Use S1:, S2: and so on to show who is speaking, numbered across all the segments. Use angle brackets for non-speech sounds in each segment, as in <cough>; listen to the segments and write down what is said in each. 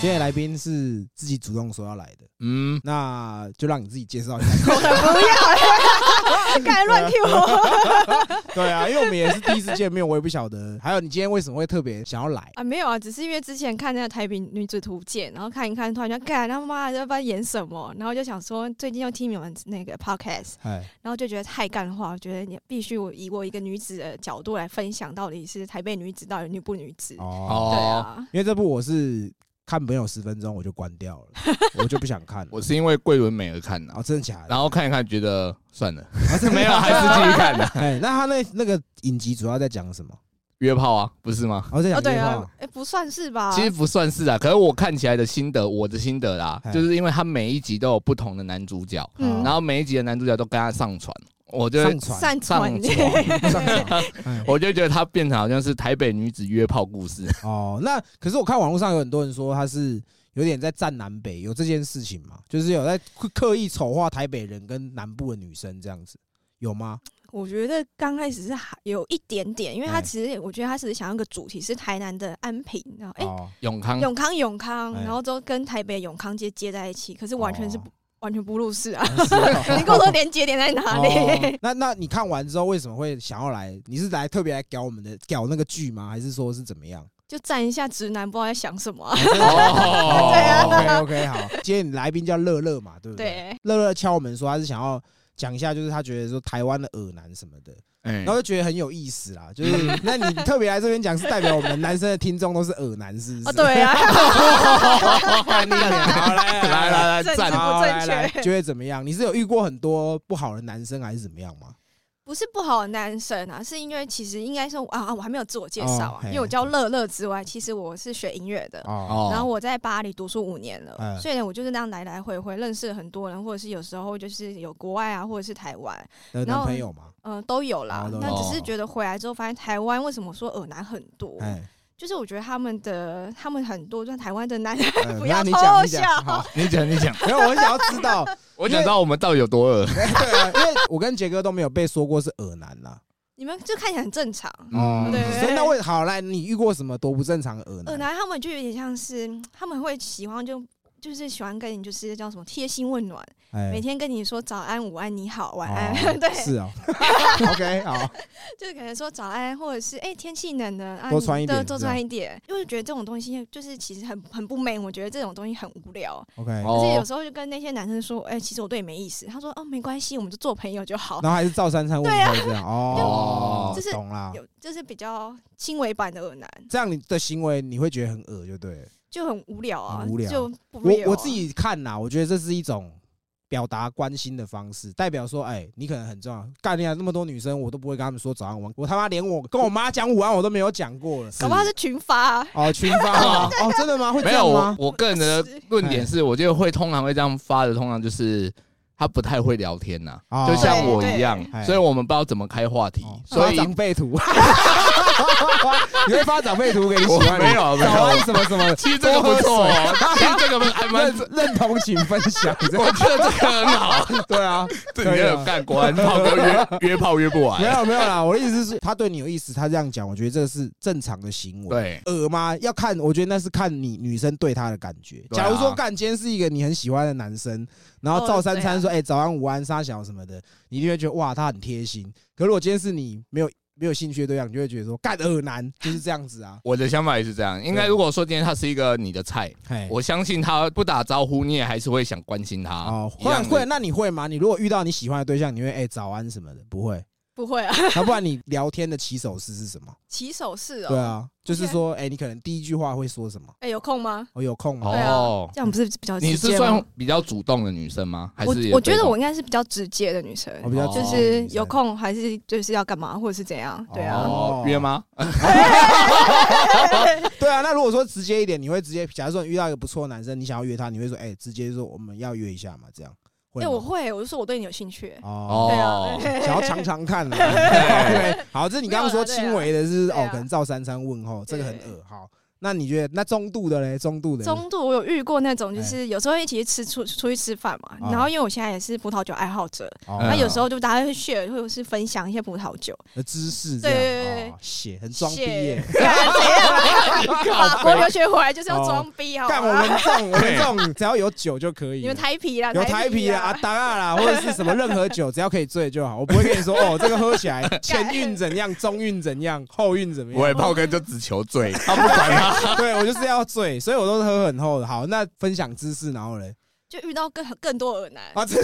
S1: 今天的来宾是自己主动说要来的，
S2: 嗯，
S1: 那就让你自己介绍一
S3: 我
S2: <laughs>
S3: 才
S1: 下。
S3: 不要，敢乱 Q 我
S1: 对啊，因为我们也是第一次见面，我也不晓得。还有你今天为什么会特别想要来？
S3: <laughs> 啊？没有啊，只是因为之前看那个《台北女子图鉴》，然后看一看，突然就干他妈的，不知道演什么，然后就想说最近又听你们那个 podcast，
S1: 哎，
S3: 然后就觉得太干话，我觉得你必须我以我一个女子的角度来分享，到底是台北女子到底女不女子？
S1: 哦，
S3: 对啊，
S1: 因为这部我是看朋友十分钟我就关掉了，我就不想看了。
S2: <laughs> 我是因为桂纶镁而看的
S1: 哦，，真的假的？哦
S2: 然后看一看觉得
S3: <laughs>
S2: 算了，
S1: 还是
S2: 没有，还是继续看的。
S1: 哎，那他那那个影集主要在讲什么？
S2: 约炮啊，不是吗？
S1: 哦，在
S3: 哦
S1: 讲
S3: 对
S1: 约
S3: 啊
S1: 炮。，
S3: 哎、不算是吧？
S2: 其实不算是啊，可是我看起来的心得，我的心得啦
S1: 哎，
S2: 就是因为他每一集都有不同的男主角，
S3: 嗯
S2: 然后每一集的男主角都跟他上床，我就
S1: 上传，
S3: 散传
S2: 上传
S1: 上传。哎
S2: 我就觉得他变成好像是台北女子约炮
S3: <laughs>
S2: 故事。
S1: 哦，那可是我看网络上有很多人说他是有点在站南北，有这件事情吗？就是有在刻刻意丑化台北人跟南部的女生这样子，有吗？
S3: <laughs> 我觉得刚开始是还有一点点，因为他
S1: 哎
S3: 其实我觉得他只是想要一个主题是台南的安平，然后哎、
S1: 哦，
S2: 永康
S3: 永康永康，
S1: 哎
S3: 然后都跟台北永康街接在一起，可是完全是不、
S1: 哦
S3: 完全不入世啊！
S1: 是哦
S3: <laughs> 你跟我说连接点在哪里？
S1: 哦那那你看完之后为什么会想要来？你是来特别来搞我们的搞那个剧吗？还是说是怎么样？
S3: <laughs> 就站一下直男，不知道在想什么
S1: <laughs>
S3: 啊、
S2: 哦，
S1: ，OK OK，好，啊今天你来宾叫乐乐嘛，对不对？
S3: 对，
S1: 乐乐敲我们说他是想要讲一下，就是他觉得说台湾的耳男什么的，
S2: 哎
S1: 然后就觉得很有意思啦。就是那你特别来这边讲，是代表我们男生的听众都是耳男，是不是？
S3: 哦
S1: <laughs>
S3: 对啊， <laughs>
S1: 你好来
S2: 来来来，
S3: 正
S2: 赞
S3: 常！
S1: 好来
S3: 不正确
S1: 来觉得怎么样？你是有遇过很多不好的男生还是怎么样吗？
S3: 不是不好的男生啊，是因为其实应该说啊啊，我还没有自我介绍
S1: 哦
S3: 啊，
S1: 嘿
S3: 因为我叫乐乐之外，其实我是学音乐的。
S1: 哦
S2: 哦，
S3: 然后我在巴黎读书五年了，
S1: 嗯
S3: 所以呢，我就是那样来来回回认识了很多人，或者是有时候就是有国外啊，或者是台湾，
S1: 有
S3: 然
S1: 男
S3: 后
S1: 朋友吗？
S3: 嗯、都有啦
S1: 哦。都有
S3: 那只是觉得回来之后，发现台湾为什么说耳男很多？
S1: 哎，
S3: 就是我觉得他们的他们很多，就是台湾的男人，
S1: 呃
S3: 不
S1: 那
S3: 要
S1: 你
S3: 偷
S1: 讲，你
S3: 笑
S1: 讲，好，
S2: 你讲你讲，
S1: 没有，我想要知道， <laughs>
S2: 我想知道我们到底有多
S3: <laughs>
S2: 恶。
S1: 对啊，因为我跟杰哥都没有被说过是耳男啦。
S3: 你们就看起来很正常。
S1: 哦
S2: 嗯，
S3: 对
S1: 所以那为好来，你遇过什么多不正常的耳
S3: 耳
S1: 男？
S3: 男呃他们就有点像是他们会喜欢就。就是喜欢跟你，就是叫什么贴心问暖，
S1: 哎
S3: 每天跟你说早安、午安、你好、晚安，
S1: 哦
S3: 哎 <laughs> 对，
S1: 是哦 <laughs> ，OK，好，
S3: 就是可能说早安，或者是哎、天气冷了啊，
S1: 多穿一
S3: 你多
S1: 点
S3: 多
S1: 这样
S3: 穿一点，因为觉得这种东西就是其实很很不美，我觉得这种东西很无聊。
S1: OK，
S2: 哦
S3: 可是有时候就跟那些男生说，哎、其实我对你没意思。他说哦，没关系，我们就做朋友就好。
S1: 然后还是赵珊珊问候
S3: <laughs>
S1: 这样，哦，
S3: 哦啊就是
S1: 懂啦。
S3: 有就是比较轻微版的恶男，
S1: 这样你的行为你会觉得很恶，就对了。
S3: 就很无聊啊，
S1: 很无聊
S3: 就不 real 啊
S1: 我我自己看呐，我觉得这是一种表达关心的方式，代表说，哎，你可能很重要。干你啊，那么多女生，我都不会跟她们说早安午安，我他妈连我跟我妈讲午啊安我都没有讲
S3: <laughs>
S1: 过了。
S3: 搞不好是群发、啊。
S1: 哦，群发啊哦，真的吗？会这
S2: 没
S1: 样
S2: 有，我
S1: 吗？
S2: 我个人的论点
S1: 哎
S2: 是，我觉得会通常会这样发的，通常就是他不太会聊天呐、
S1: 哦
S2: 就像我一样
S1: 对，
S2: 所以我们不知道怎么开话题
S1: 哦，
S2: 所
S1: 发 <laughs>
S2: 以
S1: 长辈图，你会发长辈图给你喜
S2: <laughs> 我
S1: 欢的
S2: 没
S1: 人
S2: 有没
S1: 早安
S2: 有，
S1: 什么什么，
S2: 其实这个不错哦， <laughs> 其实这个还 <laughs> 蛮，
S1: <laughs> 认认同请分
S2: <laughs>
S1: 享。这
S2: 我
S1: 样
S2: 觉得这个很好，
S1: <laughs> 对
S2: <laughs>
S1: 啊，
S2: 这
S1: 可
S2: 你
S1: 以啊
S2: 有干果然炮
S1: <laughs>
S2: 哥约约炮约不
S1: 没
S2: 完，
S1: 有没有啦，我的意思是，他对你有意思，他这样讲，我觉得这是正常的行为。
S2: 对，
S1: 恶吗？要看，我觉得那是看你女生对他的感觉。
S2: 对啊
S1: 假如说干今天是一个你很喜欢的男生，然后赵三
S2: 哦啊
S1: 餐说：“哎、早安、午安、沙小什么的”，你一定会觉得哇，他很贴心。可如果今天是你没有没有兴趣的对象，你就会觉得说干恶男就是这样子
S2: <laughs>
S1: 啊。
S2: 我的想法也是这样，应该如果说今天他是一个你的菜，
S1: 嘿，
S2: 我相信他不打招呼，你也还是会想关心他。
S1: 哦，
S2: 一
S1: 会
S2: 样
S1: 啊
S2: 的
S1: 会啊，那你会吗？你如果遇到你喜欢的对象，你会哎、早安什么的，不会。
S3: 不
S1: <laughs>
S3: 会啊，
S1: 要不然你聊天的起手式是什么？
S3: 起手式哦、
S1: 对啊，就是说哎、你可能第一句话会说什么？
S3: 哎、有空吗？
S1: 我、有空吗？
S3: 对
S2: 哦
S3: 啊，这样不是比较直接
S2: 你
S3: 吗
S2: 是算比较主动的女生吗？还
S3: 我
S2: 是也
S3: 我觉
S2: 被
S3: 得
S2: 动
S3: 我应该是比较直接的女生，
S1: 我比较
S2: 哦
S3: 就
S1: 直接的
S3: 是
S1: 女生
S3: 有空还是就是要干嘛，或者是怎样？对啊，
S2: 哦
S1: 哦
S2: 约吗？
S1: 对啊，那如果说直接一点，你会直接，假如说你遇到一个不错的男生，你想要约他，你会说，哎、直接说我们要约一下嘛，这样会
S3: 哎、
S1: 吗？
S3: 我会，我就说我对你有兴趣。
S1: 哦，
S3: 对
S2: 哦
S3: 啊，
S1: 想要尝尝看啊。对，好，这是你刚刚说轻微的是
S3: 没有啦对
S1: 哦
S3: 啊，
S1: 可能照三餐问候，这个很
S3: 对
S1: 恶好。那你觉得那中度的嘞？中度的
S3: 中度我有遇过那种，就
S1: 哎
S3: 是有时候一起吃出出去吃饭嘛，
S1: 啊
S3: 然后因为我现在也是葡萄酒爱好者，
S1: 哦
S3: 那
S2: 嗯
S3: 啊有时候就大家会 share 或者是分享一些葡萄酒，
S1: 的知识这样，
S3: 对对对
S1: 哦，血很装逼耶。
S3: shit，干谁
S1: <laughs>
S3: 啊 <laughs> 法国留学回来就是要装逼好
S1: 干我
S3: 吗？
S1: 们这种，我们这种只要有酒就可以了。
S3: 你们台啤啦，
S1: 有台啤啦、
S3: 啦
S1: 啊，达啊啦，或 <laughs> 者是什么任何酒，只要可以醉就好。我不会跟你说哦，这个喝
S3: <laughs>
S1: 起来前韵怎样，中韵怎样，后韵怎么样。
S2: 我也炮哥就只求醉，他不管他。
S1: 对我就是要醉，所以我都是喝很厚的。好，那分享知识，然后嘞
S3: 就遇到更更多耳男，
S1: 啊， <laughs> 这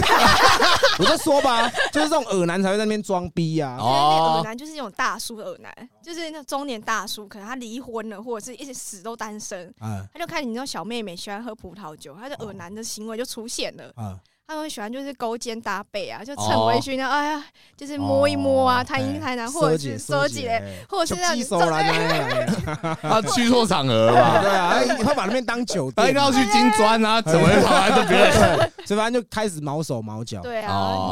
S1: 我就说吧，就是这种耳男才会在那边装逼呀、啊。
S3: 就是那
S2: 哦
S3: 耳男就是那种大叔的耳男，就是那种中年大叔，可能他离婚了，或者是一直死都单身，
S1: 嗯
S3: 他就看你那种小妹妹喜欢喝葡萄酒，他的耳男的行为就出现了。
S1: 嗯，
S3: 他会喜欢就是勾肩搭背啊，就趁微醺啊，哎呀，就是摸一摸
S1: 哦
S3: 啊，探
S1: 哎
S3: 一探啊，或者是
S1: 收
S3: 收起来，，或者是让
S1: 鸡
S3: 你
S1: 手啦，来
S3: <laughs>
S2: 他去错场合了吧？
S1: 对啊，他哎把那边当酒
S2: 他
S1: 店 <laughs>
S2: 应该，要去金砖啊，怎么会跑来这 <laughs> 边？
S1: 对，所以反正就开始毛手毛脚。
S3: 对
S2: 哦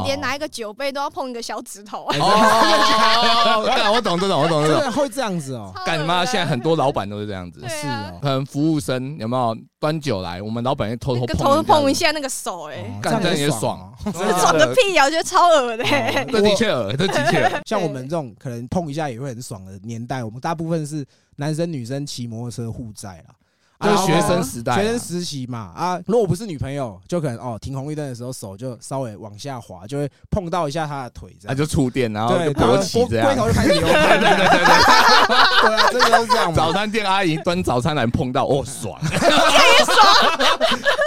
S3: 啊，你连拿一个酒杯都要碰一个小指头，
S1: 哎
S2: 哦， <laughs> 干我懂这种，我懂这
S1: 真
S2: 种。
S1: 的会这样子哦，
S2: 干嘛？现在很多老板都是这样子，
S3: 对啊，
S2: 可能服务生有没有端酒来，我们老板就偷偷
S3: 那个
S2: 碰
S3: 头碰一
S2: 下。
S3: 下那个手，哎，
S2: 干哦这样也
S1: 爽
S2: 爽
S1: 哦。
S2: <laughs> 真的假
S3: 爽
S2: 的
S3: 个屁啊！我觉得超恶的，哎
S2: 这的确恶，这的
S3: <laughs>
S2: 确恶。
S1: 像我们这种可能碰一下也会很爽的年代，我们大部分是男生女生骑摩托车互载啦，啊
S2: 就是学
S1: 然后
S2: 生时代啊，
S1: 学生实习嘛啊，如果不是女朋友，就可能哦停红绿灯的时候手就稍微往下滑，就会碰到一下她的腿这
S2: 那
S1: 样。
S2: 啊就触电，然后
S1: 对，
S2: 就
S1: 然后
S2: 勃起这
S1: 龟
S2: 样。
S1: 头就开始流汗。对对对对，对啊，真的都是这样
S2: <laughs>
S1: 嘛。
S2: 早餐店阿姨端早餐来碰到，哦，爽！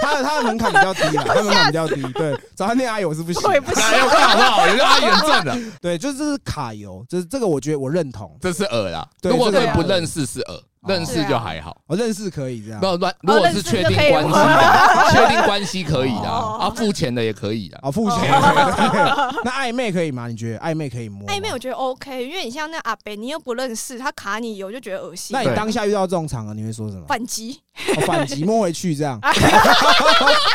S1: 他的他的门槛比较低啦，他的门槛比较低。对，早餐店阿姨我是不行
S3: 我也不
S1: 的，
S3: 行，
S2: <laughs> 哎呦，看好不好？人家阿姨很正的，
S1: 对，就是这是卡油，就是这个我觉得我认同，
S2: 这是恶啦。
S1: 对
S2: 如果
S1: 这
S2: 是
S1: 个
S2: 不认识是恶，
S1: 哦
S2: 认识啊就还好。
S1: 我认识可以这样
S2: 没。有乱，如果是确定关系的，确定关系可以的
S3: 哦
S2: 啊，付钱的也可以的。
S1: 啊，付钱。对 <laughs> 那暧昧可以吗？你觉得暧昧可以摸吗？
S3: 暧哎昧我觉得 OK，因为你像那阿北，你又不认识，他卡你油就觉得恶心
S1: 那。你
S2: 对
S1: 当下遇到这种场合，你会说什么？
S3: 反击，
S1: 哦反击摸回去这
S3: <laughs>
S1: 样。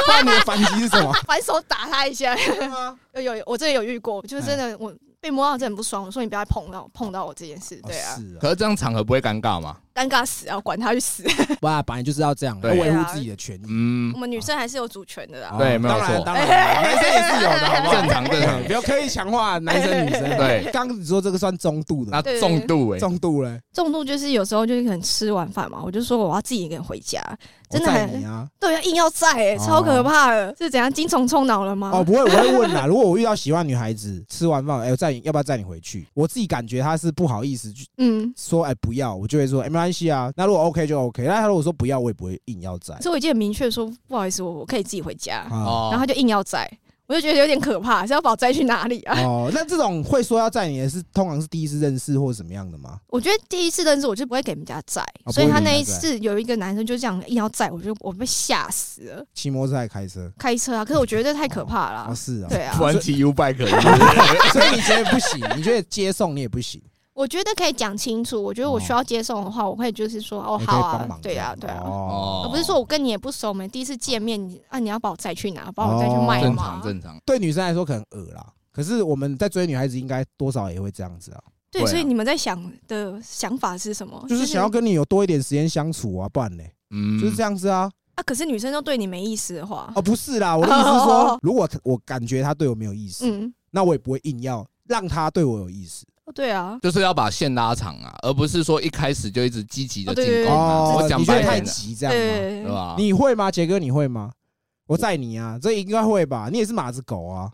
S1: 那你的反击是什
S2: <laughs>
S1: 么？
S3: 反手打他一下。 <laughs> 有有，我这里有遇过，就是真的我被摸到真的很不爽，我说你不要碰到碰到我这件事，对啊
S1: 哦，是啊，
S2: 可是这样场合不会尴尬吗？
S3: 尴尬死啊，管他去死。
S1: 哇，本来就是要这样，要
S2: 对
S1: 维护自己的权益。
S2: 嗯
S3: <laughs> 我，们女生还是有主权的啦
S1: 哦。
S2: 对没有
S1: 当然
S2: 错
S1: 当然，男生也是有的，好不好？
S2: <laughs> 正常正常
S1: <laughs> 对不要刻意强化男生女生。
S2: <laughs> 对
S1: 刚刚你说这个算中度的，
S2: 那
S3: 对
S2: 重度哎，
S1: 中度嘞，
S3: 重度就是有时候就是可能吃完饭嘛，我就说我要自己一个人回家，真的
S1: 我
S3: 很
S1: 载你啊。
S3: 对啊，硬要在、欸，
S1: 哦
S3: 超可怕的，是怎样精虫充脑了吗？
S1: 哦，不会，我会问啦。如果我遇到喜欢女孩子，吃完饭，哎，我载你，要不要载你回去？我自己感觉她是不好意思去
S3: 嗯，
S1: 说哎不要，我就会说哎没关系啊。那如果 OK 就 OK，那他如果说不要，我也不会硬要在。
S3: 所以我已经很明确说不好意思，我我可以自己回家，
S1: 啊
S2: 哦
S3: 然后他就硬要在，我就觉得有点可怕，是要把我载去哪里啊？ <laughs>
S1: 哦，那这种会说要载你的是通常是第一次认识或者怎么样的吗？
S3: 我觉得第一次认识我就不会给人家载，
S1: 哦
S3: 所以他那
S1: 不会给人
S3: 一
S1: 家载
S3: 次有一个男生就这样硬要载，我就我被吓死了，
S1: 骑摩托车还开车？
S3: 开车啊，可是我觉得这太可怕了
S1: 啊
S3: 啊，
S1: 是啊，
S3: 对啊，
S2: 玩骑 U <laughs> bike 可以
S1: <laughs> 所以你觉得不行？你觉得接送你也不行？
S3: 我觉得可以讲清楚，我觉得我需要接送的话，我会就是说哦
S1: 哦你可以
S3: 好
S1: 帮
S3: 啊
S1: 忙，
S3: 对啊
S1: 这
S3: 对
S1: 样
S3: 啊。
S1: 哦，
S3: 我
S2: 哦
S3: 不是说我跟你也不熟，我们第一次见面，你啊，你要把我载去哪？把我载去
S1: 哦
S3: 卖
S2: 正
S3: 吗
S2: 常？正常。
S1: 对女生来说可能恶啦，可是我们在追女孩子应该多少也会这样子啊，
S3: 对，
S2: 对啊
S3: 所以你们在想的想法哦是什么？
S1: 就是想要跟你有多一点时间相处啊，不然呢
S2: 嗯，
S1: 就是这样子啊。
S3: 啊，可是女生都对你没意思的 <laughs> 话，
S1: 哦不是啦，我的意思是说
S3: <laughs> 哦，
S1: 如果我感觉他对我没有意思，
S3: 嗯，
S1: 那我也不会硬要让他对我有意思。
S3: 哦对啊，
S2: 就是要把线拉长啊，而不是说一开始就一直积极的进攻啊。
S1: 哦，
S2: 我讲
S1: 你觉
S2: 白
S1: 得太
S2: 一点的，
S1: 急这样吗？啊
S3: 对
S2: 对，吧？
S1: 你会吗，杰哥？你会吗？我载你啊，这应该会吧？你也是马子狗啊，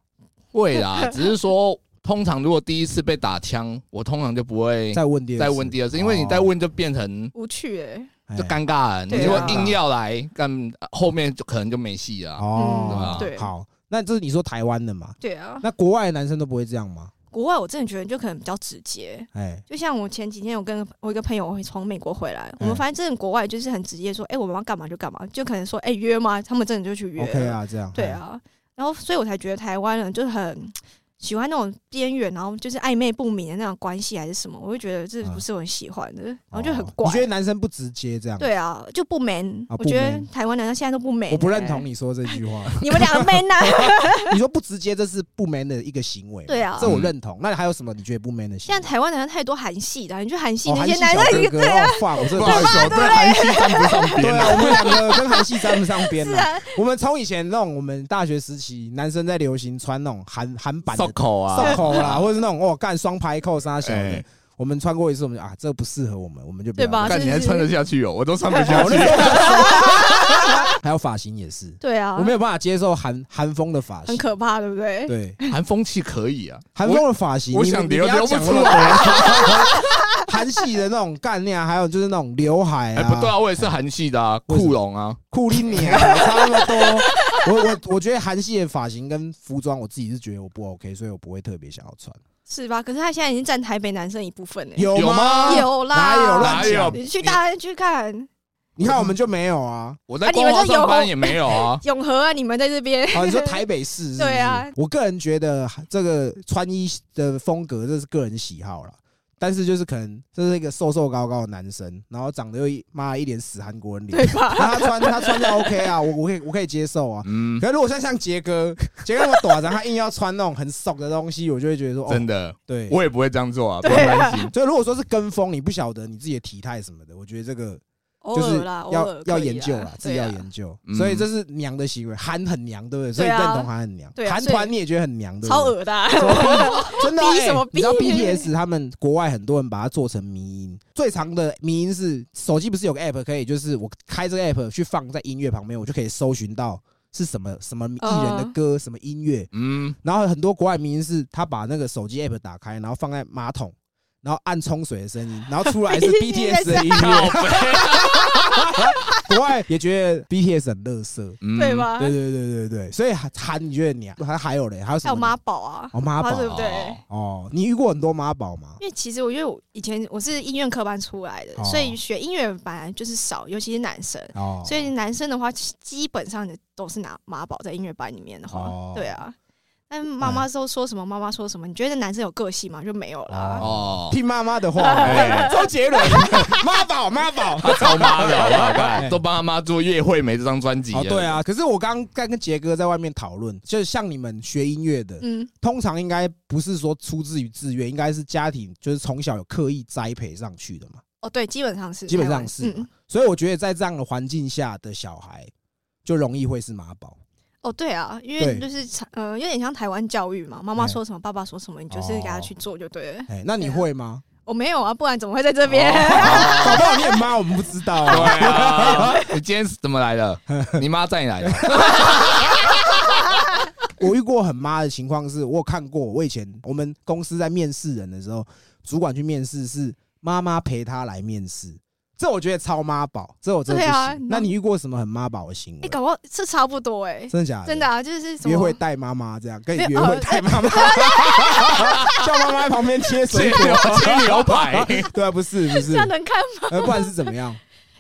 S3: <laughs>
S2: 会啦，只是说通常如果第一次被打枪，我通常就不会
S1: 再问第二次，
S2: 再问第二次，因为你再问就变成
S3: 无趣哎，
S1: 哎
S2: 就尴尬了。
S3: 对啊
S2: 你如果硬要来干，后面就可能就没戏了啊。
S1: 哦，
S2: 嗯
S3: 对啊
S1: 好，那这是你说台湾的嘛？
S3: 对啊。
S1: 那国外的男生都不会这样吗？
S3: 国外我真的觉得就可能比较直接，
S1: 哎，
S3: 就像我前几天有跟我一个朋友会从美国回来，我
S1: 嗯
S3: 们发现真的国外就是很直接说，哎，我们要干嘛就干嘛，就可能说，哎，约吗？他们真的就去约
S1: OK 啊，这样
S3: 对，啊，然后所以我才觉得台湾人就是很喜欢那种边缘，然后就是暧昧不明的那种关系还是什么，我就觉得这不是我很喜欢的，然后就很
S1: 嗯哎哦
S3: 怪
S1: 你觉。得男生不直接这样？
S3: 对啊，就不 man，、
S1: 啊
S3: 我
S1: 不
S3: 觉得
S1: man
S3: 台湾男生现在都不 man，
S1: 我不
S3: 欸
S1: 认同你说这句
S3: <laughs>
S1: 话。
S3: 你们两个 man 啊呐、
S1: 你说不直接，这是不 man 的一个行为。
S3: 对啊
S1: 这我认同。那你还有什么你觉得不 man 的行
S3: 现在
S1: 为？
S3: 台湾男生太多韩系的啊，你去韩系
S1: 哦
S3: 那
S1: 韩
S3: 些
S1: 系
S3: 男
S1: 小
S3: 生，
S1: 哥哥，哦，fuck，我真
S2: 不
S1: 的
S2: 好意思，我对韩系沾不上
S1: 对
S2: 边
S1: 啊，
S2: 啊。
S1: 我们两个跟韩系沾不上边
S3: 是
S1: 啊。
S3: 啊，
S1: 我们从以前那种我们大学时期，男生在流行穿那种韩韩版的
S2: 扫口啊，
S1: 扫口啦，或者是那种哦干双排扣啥小的
S2: 哎，
S1: 我们穿过一次，我们就啊这不适合我们，我们就不要
S3: 对吧
S2: 干你还穿得下去 <laughs> 哦，我都穿不
S1: 我
S2: 下去
S1: 那。时候就还有发型也是，
S3: 对啊，
S1: 我没有办法接受韩韩风的发型，
S3: 很可怕，对不对？
S1: 对，
S2: 韩风气可以啊，
S1: 韩风的发型，
S2: 我
S1: 你
S2: 想
S1: 你
S2: 留
S1: 不要
S2: 留不啊
S1: 讲
S2: 出
S1: 我
S2: 来
S1: 韩系的那种干练，还有就是那种刘海
S2: 哎
S1: 啊，
S2: 不对啊，我也是韩系的啊，
S1: 为什么
S2: 酷龙啊，
S1: 酷你你啊，差那么多。我我我觉得韩系的发型跟服装，我自己是觉得我不 OK，所以我不会特别想要穿。
S3: 是吧？可是他现在已经占台北男生一部分了。
S1: 有
S2: 有
S1: 吗？
S2: 吗
S3: 有啦，
S1: 哪有乱
S2: 哪有
S1: 讲？
S3: 你去大安去看
S1: 你看我们就没有啊。
S2: 我在
S3: 啊你
S2: 光
S3: 们
S2: 华
S3: 这有。
S2: 上班也没有啊
S3: 永和啊，你们在这边
S1: 哦，你说台北市是不是？
S3: 对啊
S1: 我个人觉得这个穿衣的风格这是个人喜好啦。但是就是可能这是一个瘦瘦高高的男生，然后长得又一妈一脸死韩国人脸，
S3: <laughs> 对吧？
S1: 那 <laughs> 他穿他穿的 OK 啊，我我可以我可以接受啊。
S2: <laughs> 嗯，
S1: 可是如果像像杰哥，杰哥那么短，然后他硬要穿那种很怂的东西，我就会觉得说，哦
S2: 真，的，
S1: 对，
S2: 我也不会这样做啊，不
S3: 对
S2: 用
S3: 啊
S2: 担心。
S1: 所以如果说是跟风，你不晓得你自己的体态什么的，我觉得这个
S3: 偶
S1: 就
S3: 尔
S1: 是
S3: 啦，偶
S1: 要
S3: 尔
S1: 要
S3: 可以
S1: 研究
S3: <laughs> 啦
S1: 啦，，自己要
S3: 对啊
S1: 研究。
S2: 嗯
S1: 所以这是娘的行为，韩很娘，对不对？所以
S3: 对
S1: 你
S3: 啊
S1: 认同韩很娘
S3: 对，啊
S1: 韩团你也觉得很娘，对不
S3: 超
S1: 对？
S3: 恶的啊，
S1: 真的啊，
S3: 逼什么
S1: 欸你知道
S3: 逼
S1: BTS 他们国外很多人把它做成迷音，最长的迷音是手机不是有个 app 可以，就是我开这个 app 去放在音乐旁边，我就可以搜寻到是什么什么艺人的
S3: 嗯
S1: 歌，什么音乐，
S2: 嗯，
S1: 然后很多国外明星是他把那个手机 app 打开，然后放在马桶，然后按冲水的声音，然后出
S3: <laughs>
S1: 来是 BTS 的音乐。
S2: 靠背，
S1: 国外也觉得 BTS 很乐色，
S3: <laughs>
S2: 嗯
S3: 对？吧？
S1: 对对对对对，所以韩你觉得你啊还还有嘞，还有什
S3: 还有
S1: 么？
S3: 妈宝啊，
S1: 哦妈
S3: 对不
S1: 宝
S3: 对？
S2: 哦
S1: 哦，你遇过很多妈宝吗？
S3: 因为其实我因为我以前我是音乐科班出来的，
S1: 哦
S3: 所以学音乐本来就是少，尤其是男生。
S1: 哦，
S3: 所以男生的话，其基本上都是拿马宝在音乐班里面的话，
S1: 哦
S3: 对啊。但妈妈都说什么？妈妈说什么？你觉得男生有个性吗？就没有
S1: 啊
S3: 啦。
S2: 哦，
S1: 听妈妈的
S3: <laughs>
S1: 话，
S2: 哎
S1: 周杰伦 <laughs> 妈宝妈宝。
S2: 他超妈的好
S1: <laughs>
S2: 不好
S1: 哎
S2: 干？都帮他妈做月惠每这张专辑
S1: 哦，
S2: 了
S1: 对，啊，可是我刚刚跟杰哥在外面讨论，就是像你们学音乐的，
S3: 嗯，
S1: 通常应该不是说出自于自愿，应该是家庭就是从小有刻意栽培上去的嘛，
S3: 哦，对，基本上是，
S1: 基本上是嘛。
S3: 嗯，
S1: 所以我觉得在这样的环境下的小孩，就容易会是妈宝。
S3: 哦，对啊，因为
S1: 对
S3: 就是呃，有点像台湾教育嘛，妈妈
S1: 哎
S3: 说什么，爸爸说什么，你就是给他去做就对啊了。
S1: 哎、那你会吗？
S3: 我没有啊，不然怎么会在这边？
S1: 哦搞不好你也妈，我们不知
S3: <laughs>
S1: 道、
S2: 哦对
S1: 啊。
S2: 啊，
S1: <laughs>
S2: 你今天是怎么来的？你妈带你来的？
S1: 我遇过很妈的情况是，我有看过，我以前我们公司在面试人的时候，主管去面试是妈妈陪他来面试，这我觉得超妈宝，这我真的不
S3: 对
S1: 行。
S3: 啊
S1: 那你遇过什么很妈宝的行
S3: <laughs> 哎，
S1: 为？
S3: 搞不好是差不多哎，
S1: 真的假的？
S3: 真的啊，就是什么
S1: 约会带妈妈这样，跟你
S3: 没有
S1: 约会
S3: 呃
S1: 带妈
S3: <laughs>
S1: 妈，叫妈妈在旁边切水
S2: 切
S1: 果
S2: 牛， <laughs> 切牛
S1: <laughs>
S2: 排，
S1: 对啊，不是不
S3: 这
S1: 是，
S3: 样能看吗？
S1: 呃，不然是怎么样？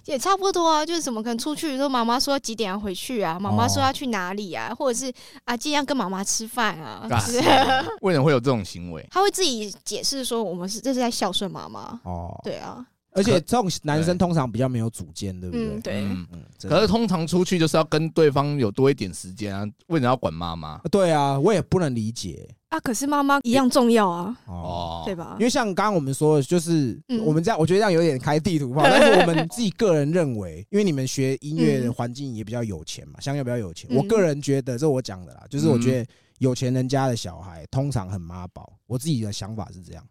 S3: 也差不多啊，就是什么可能出去的时候，妈妈说几点要回去啊，妈
S1: 哦
S3: 妈说要去哪里啊，或者是啊，尽量跟妈妈吃饭啊，
S2: 啊
S3: 之类的 <laughs>
S2: 为什么会有这种行为？
S3: 他会自己解释说我们是这是在孝顺妈妈。
S1: 哦，
S3: 对啊，
S1: 而且这种男生通常比较没有主见，对不
S3: 嗯，
S1: 对？
S3: 对，
S2: 嗯
S1: 嗯，真的
S2: 可是通常出去就是要跟对方有多一点时间啊，为什么要管妈妈？
S1: 对啊，我也不能理解
S3: 啊，可是妈妈一样重要啊，
S1: 哦。
S2: 哦，
S3: 对吧
S1: 因？为像刚刚我们说的，就是
S3: 嗯
S1: 我们这样，我觉得这样有点开地
S3: <laughs>
S1: 图炮。但是我们自己个人认为，因为你们学音乐的
S3: 嗯
S1: 环境也比较有钱嘛，相对比较有钱。
S3: 嗯
S1: 我个人觉得，这我讲的啦，就是我
S2: 嗯
S1: 觉得有钱人家的小孩通常很妈宝，我自己的想法是这样。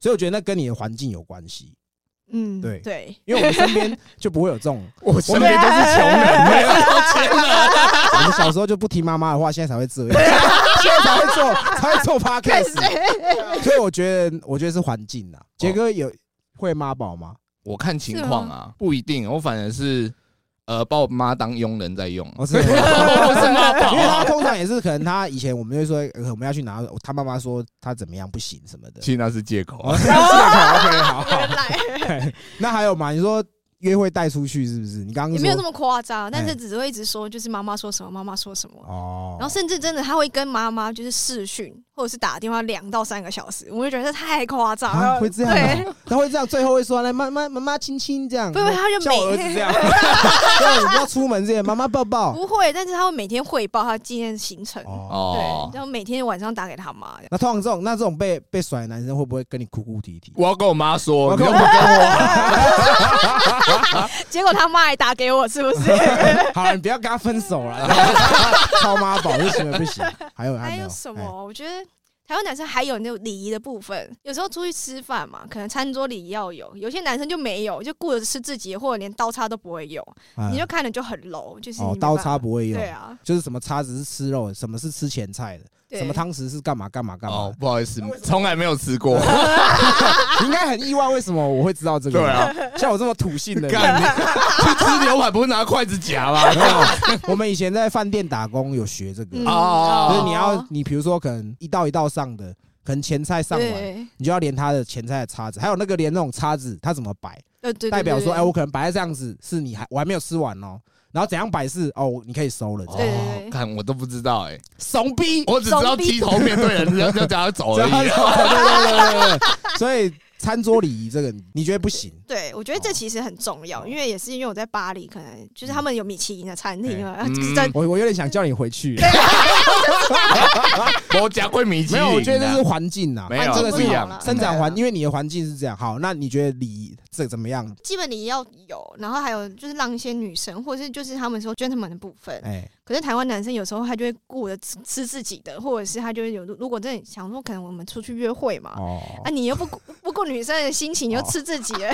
S1: 所以我觉得那跟你的环境有关系，
S3: 嗯，
S1: 对
S3: 对，
S1: 因为我们身
S3: <laughs>
S1: 边就不会有这种。
S2: 我身
S3: 啊
S2: 边都是穷人，没有钱人。
S1: 我们小时候就不听妈妈的话，现在才会这样，现在才会做，才
S3: <laughs>
S1: 会做 podcast。所以我觉得，我觉得是环境啦。杰哥有会妈宝吗？
S2: <laughs> 我看情况啊，不一定，我反而是呃把我妈当佣人在用。
S1: 哦我是。
S2: <laughs> 我
S3: <laughs>
S2: 是妈宝
S1: 因为他
S2: 啊，
S1: 通常也是可能他以前我们就说呃我们要去拿，他妈妈说他怎么样不行什么的。 <laughs>
S2: 其实那是借口啊
S1: 哦，这样子也可以 OK，好
S3: 原来
S1: 那还有吗？你说约会带出去是不是？你刚刚
S3: 也
S1: 说
S3: 没有那么夸张，但
S1: 哎
S3: 是只会一直说就是妈妈说什么，妈妈说什么，
S1: 哦，
S3: 然后甚至真的他会跟妈妈就是视讯，或或者是打电话两到三个小时，我就觉得太夸张
S1: 啊，
S3: 了。
S1: 会这样
S3: 对，
S1: 哦，他会这样，最后会说来妈妈妈妈亲亲这样，
S3: 不不，他
S1: <laughs>
S3: 就
S1: 像我
S3: 每
S1: 儿子这
S3: 天
S1: 样，对，你要出门这样，妈妈抱
S3: <laughs>
S1: 抱。
S3: 不会，但是他会每天汇报他今天的行程，
S1: 哦，
S2: 哦
S3: 对，，然后每天晚上打给他妈。 <laughs>
S1: 那通常这种那这种被被甩的男生会不会跟你哭哭啼啼？
S2: 我要跟我妈说，
S1: 我
S2: 你
S1: 跟
S2: 要
S1: 我
S2: 不跟我，啊
S3: 结果他妈还打给我，是不
S1: <laughs>
S3: 是？
S2: <laughs>
S1: 好了，你不要跟他分手了，超妈宝这行为不行。还有
S3: 还
S1: 没
S3: 有
S1: 有
S3: 什
S1: 哎
S3: 么？我觉得台湾男生还有那种礼仪的部分，有时候出去吃饭嘛，可能餐桌礼仪要有，有些男生就没有，就顾着吃自己，或者连刀叉都不会有，
S1: 哎
S3: 你就看着就很 low，就是你
S1: 哦
S3: 没，办
S1: 刀
S3: 法
S1: 叉不会用
S3: 对，啊，
S1: 就是什么叉子是吃肉的，什么是吃前菜的，
S3: 对
S1: 什么汤匙是干嘛干嘛干嘛
S2: 哦，。不好意思，从来没有吃过，
S1: 你应该很意外，为什么我会知道这个？
S2: 对啊，
S1: 像我这么土性的人，
S2: 干，你去吃牛排不是拿筷子夹
S1: <laughs>
S2: 吗？
S1: 没有我们以前在饭店打工有学这个，
S3: 嗯
S1: 就
S2: 哦
S1: 是你要你比如说可能一道一道上的，可能前菜上完，
S3: 对
S1: 你就要连它的前菜的叉子，还有那个连那种叉子它怎么摆，
S3: 呃对，对
S1: 代表说，
S3: 对
S1: 哎，我可能摆在这样子，是你还我还没有吃完哦，然后怎样摆是哦，你可以收了，这样
S3: 对对对
S2: 看哦我都不知道哎，
S1: 怂逼，
S2: 我只知道剃头面对人，要要叫他走而
S1: <laughs> 这样
S2: 已
S1: 子。对对对对对，所以餐桌礼仪这个你觉得不行？
S3: 对，我觉得这其实很重
S1: 哦
S3: 要，因为也是因为我在巴黎，可能就是他们有米其林的餐厅啊，<laughs>
S2: 嗯
S3: 就是在
S1: 我我有点想叫你回去，
S2: 我夹桂米
S1: <laughs>
S2: 鸡，啊
S1: 没有，我觉得这是环境呐，
S2: 没有
S1: 这个
S3: 环境
S1: 是
S2: 不一
S3: 不同
S2: 样
S3: 啦，
S1: 生长环，
S3: 对啊
S1: 因为你的环境是这样。好，那你觉得礼仪这怎么样？
S3: 基本礼仪要有，然后还有就是让一些女生，或者是就是他们说 gentleman 的部分，
S1: 哎，
S3: 可是台湾男生有时候他就会顾着吃吃自己的，或者是他就会有，如果真的想说，可能我们出去约会嘛，
S1: 哦，
S3: 啊，你又不顾不顾女生的心情，你
S2: 哦
S3: 就吃自己
S2: <laughs>
S3: 了。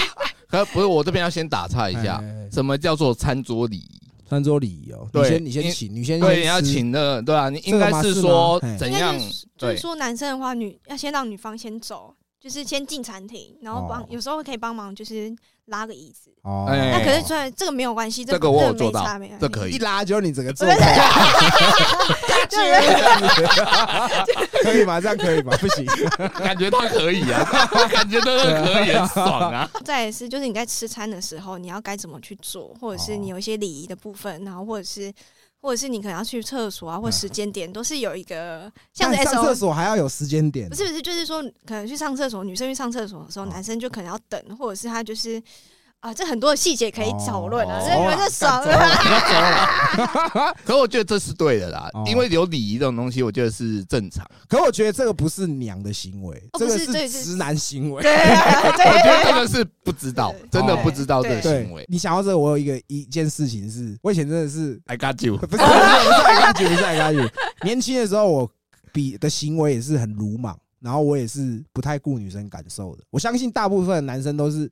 S2: 可不是我这边要先打岔一下
S1: 哎，，哎哎
S2: 什么叫做餐桌礼仪？
S1: 餐桌礼仪哦，你
S2: 对
S1: 先你先
S2: 因
S1: 请，你先
S2: 对，
S1: 先
S2: 你要
S1: 吃
S2: 请的，对啊，你应
S1: 这个
S2: 该
S1: 吗哎
S2: 是
S1: 是
S2: 说
S1: 吗嘿
S2: 怎
S3: 应
S2: 样
S3: 该就是就
S2: 对
S3: 是说男生的话，女要先让女方先走，就是先进餐厅，然后帮、
S1: 哦
S3: 有时候可以帮忙，就是拉个椅子。啊
S1: 哦，
S2: 哎
S3: 那、可是虽然这个没有关系，
S2: 这个我有做
S3: 没
S2: 到
S3: 差没关系
S2: 这可以
S1: 一拉就你整个坐
S3: 对
S1: 下来，
S3: <laughs> 对对 <laughs>
S1: 可以吗？这样可以吗？不行，
S2: 感觉他可
S1: <laughs>
S2: 以啊，感觉真的可以，很爽啊。
S3: 再来是，就是你在吃餐的时候，你要该怎么去做，或者是
S1: 哦
S3: 你有一些礼仪的部分，然后或者是，或者是你可能要去厕所啊，或时间点，都是有一个像是
S1: 但
S3: S
S1: 嗯上厕
S3: O。
S1: 所还要有时间点
S3: 不，是不是，就是说，可能去上厕所，女生去上厕所的时候，
S1: 哦
S3: 男生就可能要等，或者是他就是啊，这很多细节可以讨论啊，
S2: 哦
S3: 所以你们
S1: 哦
S3: 就爽
S1: 干走
S3: 了。
S2: <laughs> 可我觉得这是对的啦
S1: 哦，
S2: 因为有礼仪这种东西，我觉得是正常。
S1: 可我觉得这个不是娘的行为，
S3: 哦
S1: 这
S3: 不
S1: 个
S3: 是对是
S1: 直男行为。
S3: 对
S2: 我
S1: <laughs>
S2: 觉
S3: 对
S2: 得这个是不知道，真的不知道这个
S1: 哎对
S2: 行为，。
S1: 你想到这个，我有一个一件事情是，我以前真的是
S2: I got you，
S1: 不是不是不是爱干净，不是爱干净。年轻的时候，我比的行为也是很鲁莽，然后我也是不太顾女生感受的。我相信大部分的男生都是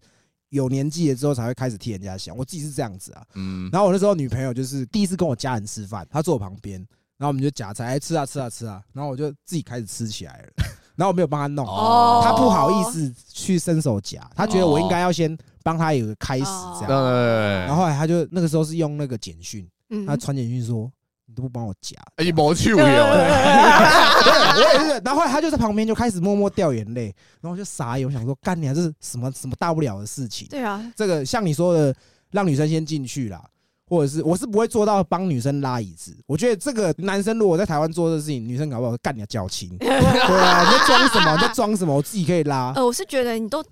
S1: 有年纪了之后才会开始替人家想，我自己是这样子啊。
S2: 嗯，
S1: 然后我那时候女朋友就是第一次跟我家人吃饭，她坐我旁边，然后我们就夹菜，哎吃啊吃啊吃啊，然后我就自己开始吃起来了，然后我没有帮她弄，
S2: 哦
S1: 她不好意思去伸手夹，她觉得我应该要先帮她有个开始这样，然
S2: 对，
S1: 后后来她就那个时候是用那个简讯，
S3: 嗯
S1: 她传简讯说你都不帮我夹，
S2: 哎，没去过有，
S1: 哦对我也是，然后后来她就在旁边就开始默默掉眼泪，然后我就傻眼，我想说干你啊，这是什么什么大不了的事情，
S3: <laughs> 对啊，
S1: 这个像你说的，让女生先进去啦，或者是我是不会做到帮女生拉椅子。我觉得这个男生如果在台湾做这事情，女生搞不好会干你的脚亲。 <laughs> 对啊，你在装什么？你在装什么？我自己可以
S3: <laughs>
S1: 拉。
S3: 呃，我是觉得你都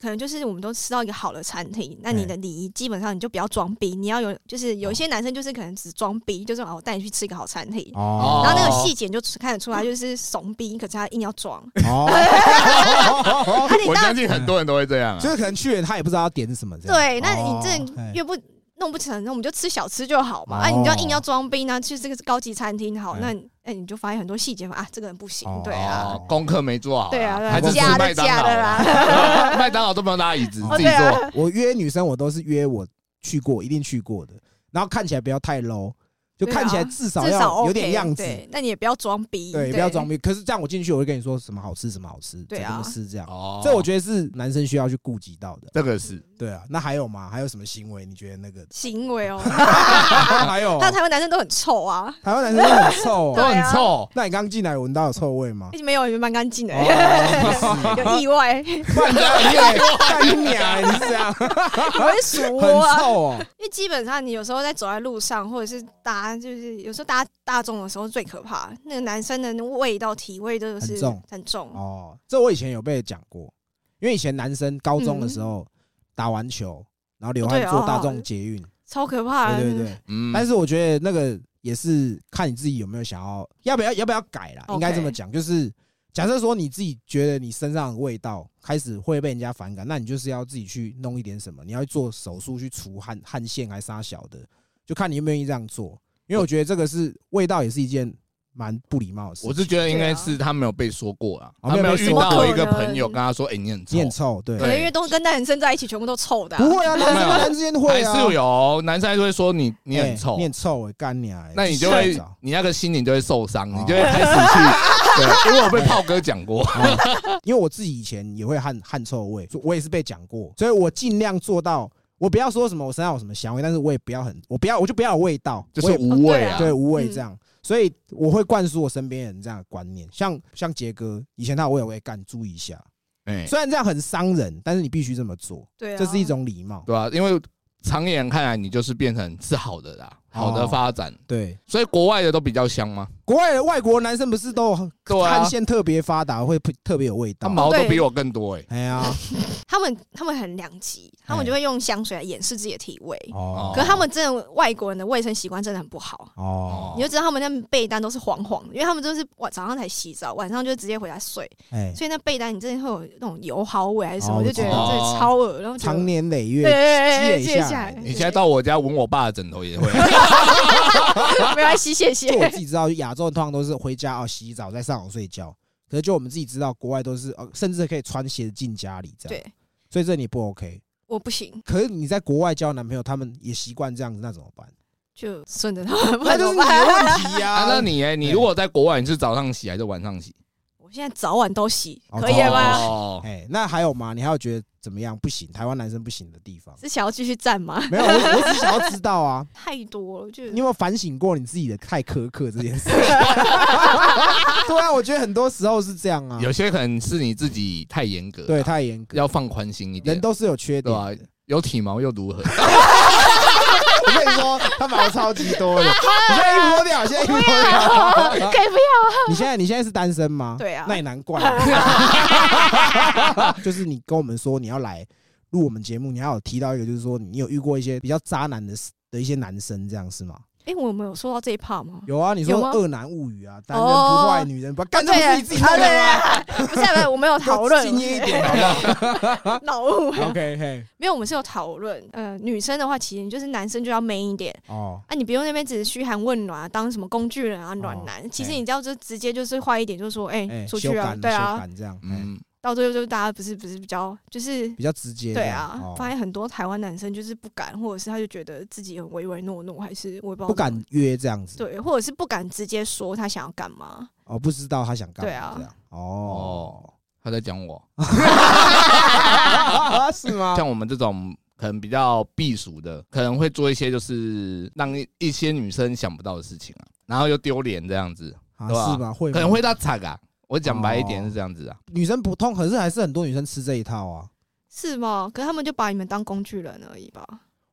S3: 可能就是我们都吃到一个好的餐厅，那
S1: 哎
S3: 你的礼仪基本上你就不要装逼，你要有就是
S1: 哦
S3: 有一些男生就是可能只装逼，就是哦，我带你去吃一个好餐厅。
S1: 哦
S3: 然后那个细节你就看得出来，就是怂逼，可是他硬要装。
S1: 哦，
S3: 那你
S2: 我
S3: 当
S2: 相信很多人都会这样啊
S1: 就。是可能去了他也不知道要点什么这样。
S3: 对，那你
S1: 哦哎
S3: 这越不弄不成，那我们就吃小吃就好嘛。
S1: 哦
S3: 啊，你就要硬要装逼呢，去这个高级餐厅好
S1: 哎，
S3: 那你哎你就发现很多细节嘛，啊，这个人不行
S1: 哦，
S3: 对啊，
S2: 哦功课没做好啊，
S3: 对啊，对
S2: 还
S3: 啊
S2: 是吃
S3: 假的
S2: 麦当
S3: 假
S2: 劳
S3: 的
S2: 啊，
S3: 啦，
S2: 麦当劳都不用拉椅子，
S1: 哦
S2: 自己
S3: 对啊
S2: 坐。
S1: 我约女生，我都是约我去过，一定去过的。然后看起来不要太 low，就看起来
S3: 对啊
S1: 至少
S3: 至少
S1: 要
S3: OK,
S1: 有点样子。
S3: 对，那你也不要装逼，
S1: 对，不要装逼。可是这样我进去，我会跟你说什么好吃，什么好吃，
S3: 对啊？
S1: 怎么吃这样。
S2: 哦
S1: 这我觉得是男生需要去顾及到的。
S2: 这个是
S1: 对啊，那还有吗？还有什么行为？你觉得那个
S3: 行
S1: <laughs>
S3: 为哦。
S1: 还有
S3: 但台湾男生都很臭啊，
S1: 台湾男生都很臭
S2: 都
S1: 哦。
S2: 很臭，
S1: 那你刚进来有闻到有臭味
S3: <laughs>
S1: 吗？
S3: 没有，蛮干净的，
S1: 哦
S3: 有意外， <laughs>
S1: 不然你在干你娘！你是这样，
S3: 我会数
S1: 很
S3: 啊。
S1: 臭哦。
S3: 因为基本上你有时候在走在路上，或者是搭家就是有时候搭大众的时候最可怕，那个男生的味道体味都是
S1: 很重
S3: 很重
S1: 哦，这我以前有被讲过，因为以前男生高中的时候打完球，然后流汗
S3: 嗯对哦
S1: 坐大众捷运，
S3: 超可怕啊的。
S1: 对对对。
S2: 嗯，
S1: 但是我觉得那个也是看你自己有没有想要，要不要要不要改啦，
S3: OK
S1: 应该这么讲，就是假设说你自己觉得你身上的味道开始会被人家反感，那你就是要自己去弄一点什么，你要做手术去除汗汗腺还杀小的，就看你愿不愿意这样做，因为我觉得这个是味道也是一件蛮不礼貌的事情。
S2: 我是觉得应该是他没有被说过啊，
S1: 哦
S2: 他
S1: 没
S2: 没
S1: 有
S2: 有
S1: 被
S2: 遇
S1: 说
S2: 到
S3: 过
S2: 一个
S3: 不可
S2: 朋友
S3: 能
S2: 跟他说：“哎，你很臭
S1: 你。很臭，对，
S3: 可能因为都跟男生在一起，全部都臭的啊、
S1: 不会啊，男生
S2: 没
S1: 跟
S2: 有
S1: 男生之间”会
S2: 还
S1: 啊，
S2: 是有男生还是会说你你
S1: 哎
S2: 很臭
S1: 你，很臭、欸，干你啊、欸
S2: 那你就
S1: 吓
S2: 会
S1: 着
S2: 你那个心灵就会受伤，
S1: 哦
S2: 你就会开始去对，因为我被炮哥讲过，
S1: 啊因为我自己以前也会汗汗臭味，所以我也是被讲过，所以我尽量做到，我不要说什么我身上有什么香味，但是我也不要很，我不要我就不要有味道，
S2: 就
S1: 我
S2: 是
S1: 也
S2: 无味
S1: 不
S2: 啊。
S1: 对无味这样。
S3: 嗯
S1: 所以我会灌输我身边人这样的观念，像像杰哥以前他我也会干，注意一下。
S2: 哎，
S1: 虽然这样很伤人，但是你必须这么做，
S3: 对啊，
S1: 这是一种礼貌。
S2: 对啊，因为长远看来，你就是变成是好的啦，好的
S1: 哦
S2: 发展。
S1: 对，
S2: 所以国外的都比较香吗？
S1: 国外的外国男生不是都
S2: 对啊
S1: 汗腺特别发达，会特别有味
S2: 他
S1: 道。
S2: 毛都
S3: 对
S2: 比我更多哎。
S1: 哎呀，
S2: <laughs>
S3: 他们他们很两极，他们就会用香水来掩饰自己的体味。
S1: 哦
S3: 可是他们真的外国人的卫生习惯真的很不好，
S1: 哦，
S3: <laughs> 你就知道他们那被单都是黄黄的，因为他们就是晚早上才洗澡，晚上就直接回家睡，
S1: 哎，
S3: 所以那被单你真的会有那种油耗味还是什
S1: 哦
S3: 么，我就觉得
S2: 我
S3: 真
S2: 知道
S3: 的超恶然后觉得
S1: 长年累
S3: 对
S1: 月，
S3: 对对
S1: 积累
S3: 对对
S1: 下
S3: 下
S1: 来
S3: 来，
S2: 你现在到我家闻我爸的枕头也会，
S3: <laughs> 没关系，谢谢
S1: 就。 <laughs> 我自己知道，亚洲人通常都是回家哦洗澡，再上床睡觉。可是就我们自己知道，国外都是哦，甚至可以穿鞋进家里这样。
S3: 对，
S1: 所以这你不 OK。
S3: 我不行，
S1: 可是你在国外交男朋友，他们也习惯这样子，那怎么办？
S3: 就顺着他们。不
S1: <laughs> 那
S3: 然
S1: 就
S3: 怎
S1: 是
S3: 么
S1: 你的
S3: 办？ <laughs>
S1: 问题呀、
S2: 啊，那你哎，你
S1: <laughs> 对
S2: 如果在国外，你是早上洗还是晚上洗？
S3: 我现在早晚都洗，
S1: 哦
S3: 可以了吗？？
S2: 哦，
S1: 哎，那还有吗？你还有觉得怎么样不行？台湾男生不行的地方
S3: 是想要继续站吗？
S1: 没有，我我只想要知道
S3: <laughs>
S1: 啊，
S3: 太多了，就
S1: 你有没有反省过你自己的太苛刻这
S3: <laughs>
S1: 件事？对啊，我觉得很多时候是这样啊，
S2: 有些可能是你自己太严格，
S1: 对，太严格，
S2: 要放宽心一点
S1: 人，都是有缺
S2: 对啊
S1: 点
S2: 吧
S1: 的。？
S2: 有体毛又如何？
S1: <laughs> 我跟你说，他毛超级多
S3: <laughs>
S1: 的，
S3: 啊
S1: 你现在一摸掉，现在一摸
S3: 可以
S1: 掉。
S3: 不要？
S1: 你现在你现在是单身吗？
S3: 对啊
S1: 那也难
S3: <laughs>
S1: 怪。就是你跟我们说你要来录我们节目，你还有提到一个，就是说你有遇过一些比较渣男的的一些男生，这样是吗？
S3: 哎，我们有说到这一 part 吗？
S1: 有啊，你说
S3: 有吗
S1: 《恶男物语》啊，男人不坏，
S3: 哦
S1: 女人不坏，干这不是你自己弄的
S3: 对 <laughs>
S1: 吗？
S3: 啊，不是不是，我们有讨论哎
S1: 敬业一点 <laughs> 好不
S3: <laughs> 脑雾，
S1: 好？OK，嘿，
S3: <laughs> 没有，我们是有讨论。呃，女生的话，其实你就是男生就要 man 一点
S1: 哦，
S3: 啊，你不用那边只是嘘寒问暖啊，当什么工具人啊、暖男。其实你知道，就直接就是坏一点，就说哎
S1: 哦哎，，
S3: 出
S1: 修
S3: 去啊
S1: 改，
S3: 对
S1: 修
S3: 啊，
S1: 改这样，嗯，
S2: 嗯，
S3: 到最后就大家不是不是比较就是
S1: 比较直接这
S3: 对
S1: 样，
S3: 啊，
S1: 哦
S3: 发现很多台湾男生就是不敢，或者是他就觉得自己很唯唯诺诺，还是我也不知道
S1: 不敢约这样子，
S3: 对，或者是不敢直接说他想要干嘛。
S1: 哦，不知道他想干嘛
S3: 对啊
S1: 这样，哦，
S2: 他在讲我，哦
S1: 啊， <laughs> 是吗？
S2: 像我们这种可能比较避暑的，可能会做一些就是让一一些女生想不到的事情啊，然后又丢脸这样子，
S1: 啊，
S2: 对吧
S1: 是吗？会吗
S2: 可能会到惨啊。我讲白一点
S1: 哦
S2: 是这样子啊，
S1: 女生不痛，可是还是很多女生吃这一套啊。
S3: 是吗？可是他们就把你们当工具人而已吧。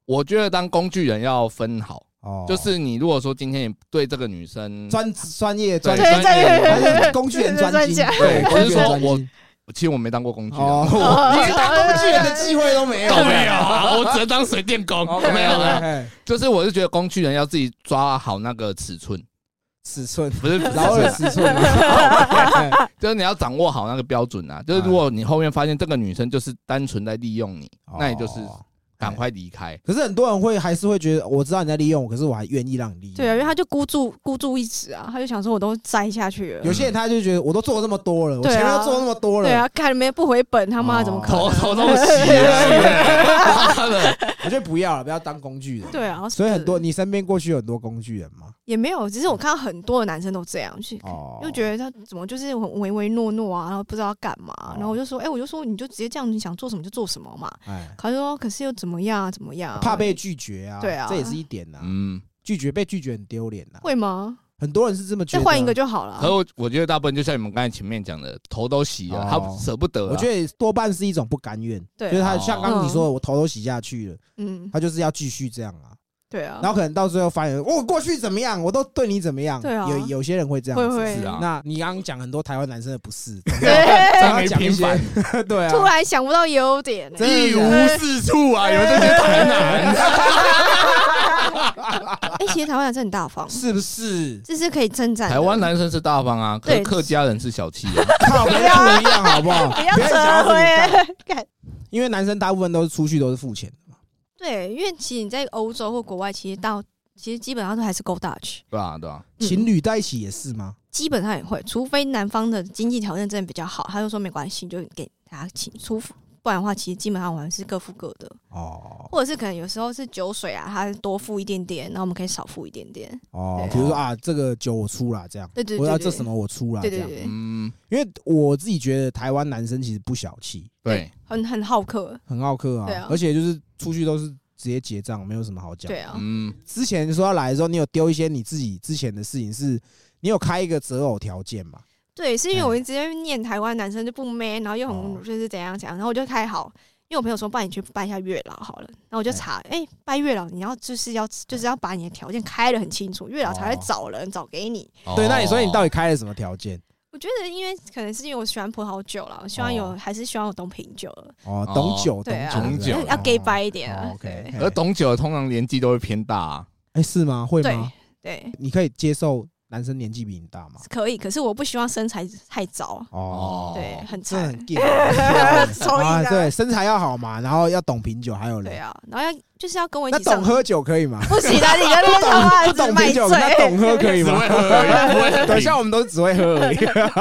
S2: 我觉得当工具人要分好，
S1: 哦，
S2: 就是你如果说今天你对这个女生，
S1: 专专业专
S2: 对
S1: 业
S2: 专业
S3: 对
S1: 还是工具人专精，
S3: <laughs>
S1: 哦
S2: 对
S1: 工具人专
S2: 我是说我
S1: 精。
S2: 其实我没当过工具人，
S1: 哦，我连当工具人的机会都
S2: <laughs>
S1: 没有，
S2: 都没有啊，我只能当水电工，
S1: OK，OK，
S2: 没有没有，
S1: 嘿
S2: 就是我是觉得工具人要自己抓好那个尺寸，
S1: 尺
S2: <laughs>
S1: 寸，
S2: 不是不
S1: <laughs>
S2: 是
S1: 然后
S2: 尺寸
S1: 尺
S2: <laughs>
S1: 寸哦嘛。
S2: 就是你要掌握好那个标准啊。就是如果你后面发现这个女生就是单纯在利用你，
S1: 哦
S2: 那你就是
S1: 哎
S2: 赶快离开。
S1: 可是很多人会还是会觉得，我知道你在利用我，可是我还愿意让你利用。
S3: <laughs> 对啊，因为他就孤注孤注一掷啊，他就想说我都栽下去了
S1: 有。些人他就觉得我都做这么多了，我
S3: 对啊
S1: 前面都做那么多
S3: 对
S1: 了，
S3: 啊，看没不回本，他妈
S1: 哦
S3: 怎么可
S2: 头
S3: 能？
S2: 头
S3: <laughs>
S2: 都洗 <laughs> 了，妈
S1: <laughs>
S2: 的！
S1: 我觉得不要了，不要当工具人。
S3: 对啊，
S1: 所以很多
S3: 是
S1: 你身边过去有很多工具人嘛。
S3: 也没有，只是我看到很多的男生都这样，就是
S1: 哦，
S3: 又觉得他怎么就是很唯唯诺诺啊，然后不知道要干嘛，
S1: 哦
S3: 然后我就说，哎、我就说你就直接这样，你想做什么就做什么嘛。
S1: 哎，
S3: 他就说，可是又怎么样啊，怎么样啊、
S1: 怕被拒绝啊，
S3: 对啊
S1: 这也是一点呐、
S2: 嗯，
S1: 拒绝被拒绝很丢脸呐，啊
S3: 会吗？
S1: 很多人是这么觉得。啊
S3: 再换一个，就好了
S2: 可。我我觉得大部分就像你们刚才前面讲的，头都洗了，
S1: 哦
S2: 他舍不得啊。
S1: 我觉得多半是一种不甘愿，
S3: 对啊
S1: 就是他
S2: 哦
S1: 像刚刚你说的，我头都洗下去了，
S3: 嗯，
S1: 他就是要继续这样啊。
S3: 对啊，
S1: 然后可能到最后发现我过去怎么样，我都对你怎么样。
S3: 对啊
S1: 有有些人会这样
S3: 会
S1: 子。
S3: 会
S2: 是啊
S1: 那你刚刚讲很多台湾男生的不是，
S3: <laughs> 对，
S2: 这样没平
S1: 讲
S2: 凡
S3: 哎
S1: 一， <laughs> 对
S3: 突
S1: 啊，
S3: 然想不到优点欸，
S1: 真的
S3: <laughs>
S2: 一无是处啊！你们这些台南，
S1: <laughs>
S3: 哎，其实台湾人真的很大方，
S1: 是不是？
S3: 这是可以称赞的。
S2: 台湾男生是大方啊，可是
S3: 对
S2: 客家人是小气
S3: <laughs>
S2: 啊。
S1: 靠，不要不一样好不好？
S3: 不要
S1: 不要想
S3: 扯
S1: 要
S3: 回
S1: 自己干
S3: 来，干
S1: <laughs> 因为男生大部分都是出去都是付钱，
S3: 对，因为其实你在欧洲或国外，其实到其实基本上都还是 Go Dutch，
S2: 对啊，对啊，
S3: 嗯
S1: 情侣在一起也是吗？
S3: 基本上也会，除非男方的经济条件真的比较好，他就说没关系，就给大家请，除不然的话，其实基本上我们是各付各的，
S1: 哦
S3: 或者是可能有时候是酒水啊，他多付一点点，然后我们可以少付一点点。
S1: 哦
S3: 对，
S1: 比如说啊，这个酒我出啦，这样，
S3: 对对
S1: 我
S3: 对
S1: 要
S3: 对，
S1: 这什么我出啦，
S3: 对
S1: 这
S3: 对
S1: 样
S3: 对。对，
S2: 嗯，
S1: 因为我自己觉得台湾男生其实不小气，
S2: 对，
S3: 很很好客，
S1: 很好客
S3: 对
S1: 啊
S3: 啊，
S1: 而且就是出去都是直接结账，没有什么好讲
S3: 对。啊，
S2: 嗯，
S1: 之前说要来的时候，你有丢一些你自己之前的事情，是你有开一个择偶条件嘛？
S3: 对，是因为我一直在念台湾男生就不 man，然后又
S1: 哦
S3: 很就是怎样怎样，然后我就开好。因为我朋友说，帮你去拜一下月老好了，然后我就
S1: 哎
S3: 查，哎、拜月老你要就是要就是要把你的条件开的很清楚，月老才
S1: 哦
S3: 会找人找给你。
S2: 哦
S1: 对，那你说
S2: 说
S1: 你到底开了什么条件？
S3: 我觉得，因为可能是因为我喜欢葡萄酒啦，我希望有、
S1: 哦
S3: 还是希望我懂品酒了，
S1: 哦，
S2: 哦
S1: 懂酒，
S3: 对啊，
S2: 懂
S1: 懂
S2: 酒
S1: 酒
S3: 要
S1: 是不是，
S3: 要 gay 掰一点啊。
S1: 哦，OK，
S3: 对
S2: 而懂酒的通常年纪都会偏大啊。
S1: 哎，是吗？会
S3: 对
S1: 吗？
S3: 对，
S1: 你可以接受男生年纪比你大吗？
S3: 可以。可是我不希望身材太糟，
S1: 哦，
S2: 哦，
S3: 对，很
S1: 这
S3: 惨
S1: 很 gay 啊
S3: <laughs> 超硬
S1: 啊
S3: 的
S1: 对，身材要好嘛，然后要懂品酒，还有
S3: 对
S1: 嘞，
S3: 啊，然后要就是要跟我一
S1: 那
S3: 起上
S1: 懂，喝酒可以
S3: <laughs>
S1: 吗？
S3: 不行啊，你跟那个话
S1: 不懂
S3: 只卖
S1: 品酒，那
S3: 醉，
S1: 懂喝可以
S2: <laughs> 只
S1: 吗？
S2: 会喝而已，不
S1: <laughs>
S2: 会
S1: 对，像我们都只会喝而已，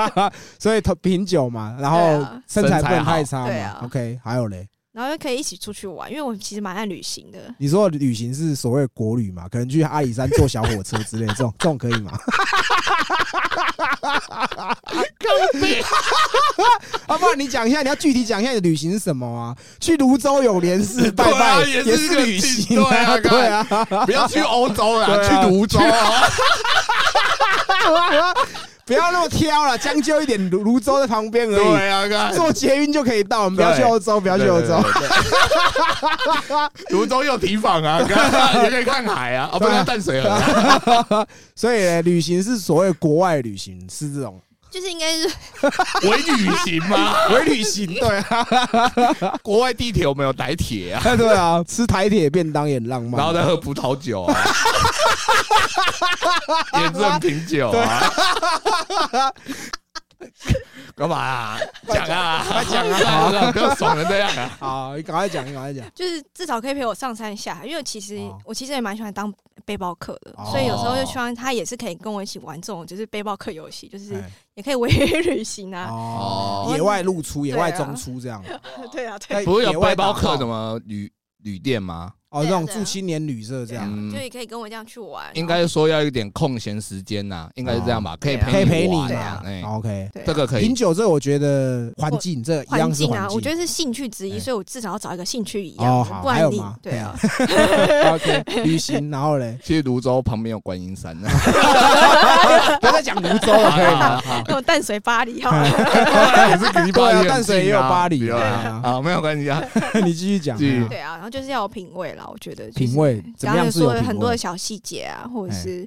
S3: <laughs>
S1: 所以品酒嘛，然
S3: 对
S1: 后
S3: 啊
S1: 身材不能太差
S3: 对
S1: 嘛
S3: 啊。
S1: OK，还有嘞，
S3: 然后又可以一起出去玩，因为我其实蛮爱旅行的。
S1: 你说的旅行是所谓的国旅嘛？可能去阿里山坐小火车之类的，这种这种可
S2: <laughs>
S1: 以吗？ <laughs> 啊，不然你讲一下，你要具体讲一下你的旅行是什么啊？去泸州永联寺拜
S2: <laughs> 对
S1: 拜
S2: 啊也是个
S1: 旅
S2: 景
S1: 行对
S2: 对
S1: 啊
S2: 啊，不要去欧洲
S1: 对
S2: 啦，
S1: 啊
S2: 去泸州啊。
S1: 不要那么挑了，将就一点，泸泸州在旁边而已。
S2: <laughs> 对啊，看
S1: 坐捷运就可以到，我们不要去
S2: 对
S1: 欧洲，不要去欧洲。。
S2: 对对对泸州有提防
S1: <laughs>
S2: 啊，看也可以看海啊，啊，不
S1: 对啊
S2: 能淡水河啊。
S1: <laughs> 所以呢，旅行是所谓国外旅行，是这种
S3: 就是应该是
S2: <laughs> 伪旅行吗？
S1: 伪旅行，对啊，
S2: <laughs> 国外地铁我们有台铁
S1: <laughs>
S2: 啊，
S1: 对啊，吃台铁便当也很浪漫。
S2: 然后再喝葡萄酒啊， <laughs> 也是很品酒啊。干嘛啊？讲啊，快讲啊！不要爽成这样啊！
S1: <laughs> 好，你赶快讲，你赶快讲。
S3: 就是至少可以陪我上山下海，因为其实
S1: 哦
S3: 我其实也蛮喜欢当背包客的，
S1: 哦
S3: 所以有时候就希望他也是可以跟我一起玩这种就是背包客游戏， <laughs> 就是
S1: 哎
S3: 也可以 <laughs> 为旅行啊。
S1: 哦，
S2: 哦
S1: 野外露出，野
S3: 对啊
S1: 外中出这样。
S3: 对啊，对，
S1: 在
S2: 不是
S1: 野
S2: 有
S1: 外
S2: 背包
S1: 打
S2: 客
S1: 炮
S2: 什么旅旅店吗？
S1: 哦，
S3: 对啊
S1: 这种
S3: 对啊
S1: 住青年旅社这
S3: 对
S1: 样
S3: 啊
S2: 嗯，
S3: 就也可以跟我这样去玩。
S2: 应该说要一点空闲时间呐，应该是这样吧？可以
S3: 对啊
S1: 可以陪
S2: 陪
S1: 你哦
S2: 玩
S3: 对
S1: 嘛
S3: 啊
S2: 哎，
S1: ？OK，
S3: 对啊
S2: 这个可以
S1: 品。酒这我觉得环境这一样
S3: 环
S1: 是
S3: 境啊
S1: 环，境。
S3: 我觉得是兴趣之一，
S1: 哎
S3: 所以我至少要找一个兴趣一
S1: 哦
S3: 样的
S1: 好，
S3: 不
S1: 还有
S3: 然你
S1: 吗
S3: 对啊， <laughs>
S1: OK，旅行，然后嘞， <laughs>
S2: 其实泸州旁边有观音山，
S1: 不要再讲泸州了，可以吗？
S2: 好，
S3: <laughs> 那种淡水巴黎
S1: 哎
S3: 啊好了。
S2: 也是离巴黎很近啊
S1: 对啊淡水也有巴黎
S2: 对啊
S1: 对
S2: 好，没有关系啊。
S1: 你继续讲。
S2: 继续
S1: 哎呀
S3: 对啊，然后就是要有品味啦，我觉得就是
S1: 品味怎么
S3: 刚刚
S1: 样是有
S3: 说
S1: 品
S3: 了
S1: 味？哎
S3: 很多的小细节啊，或者是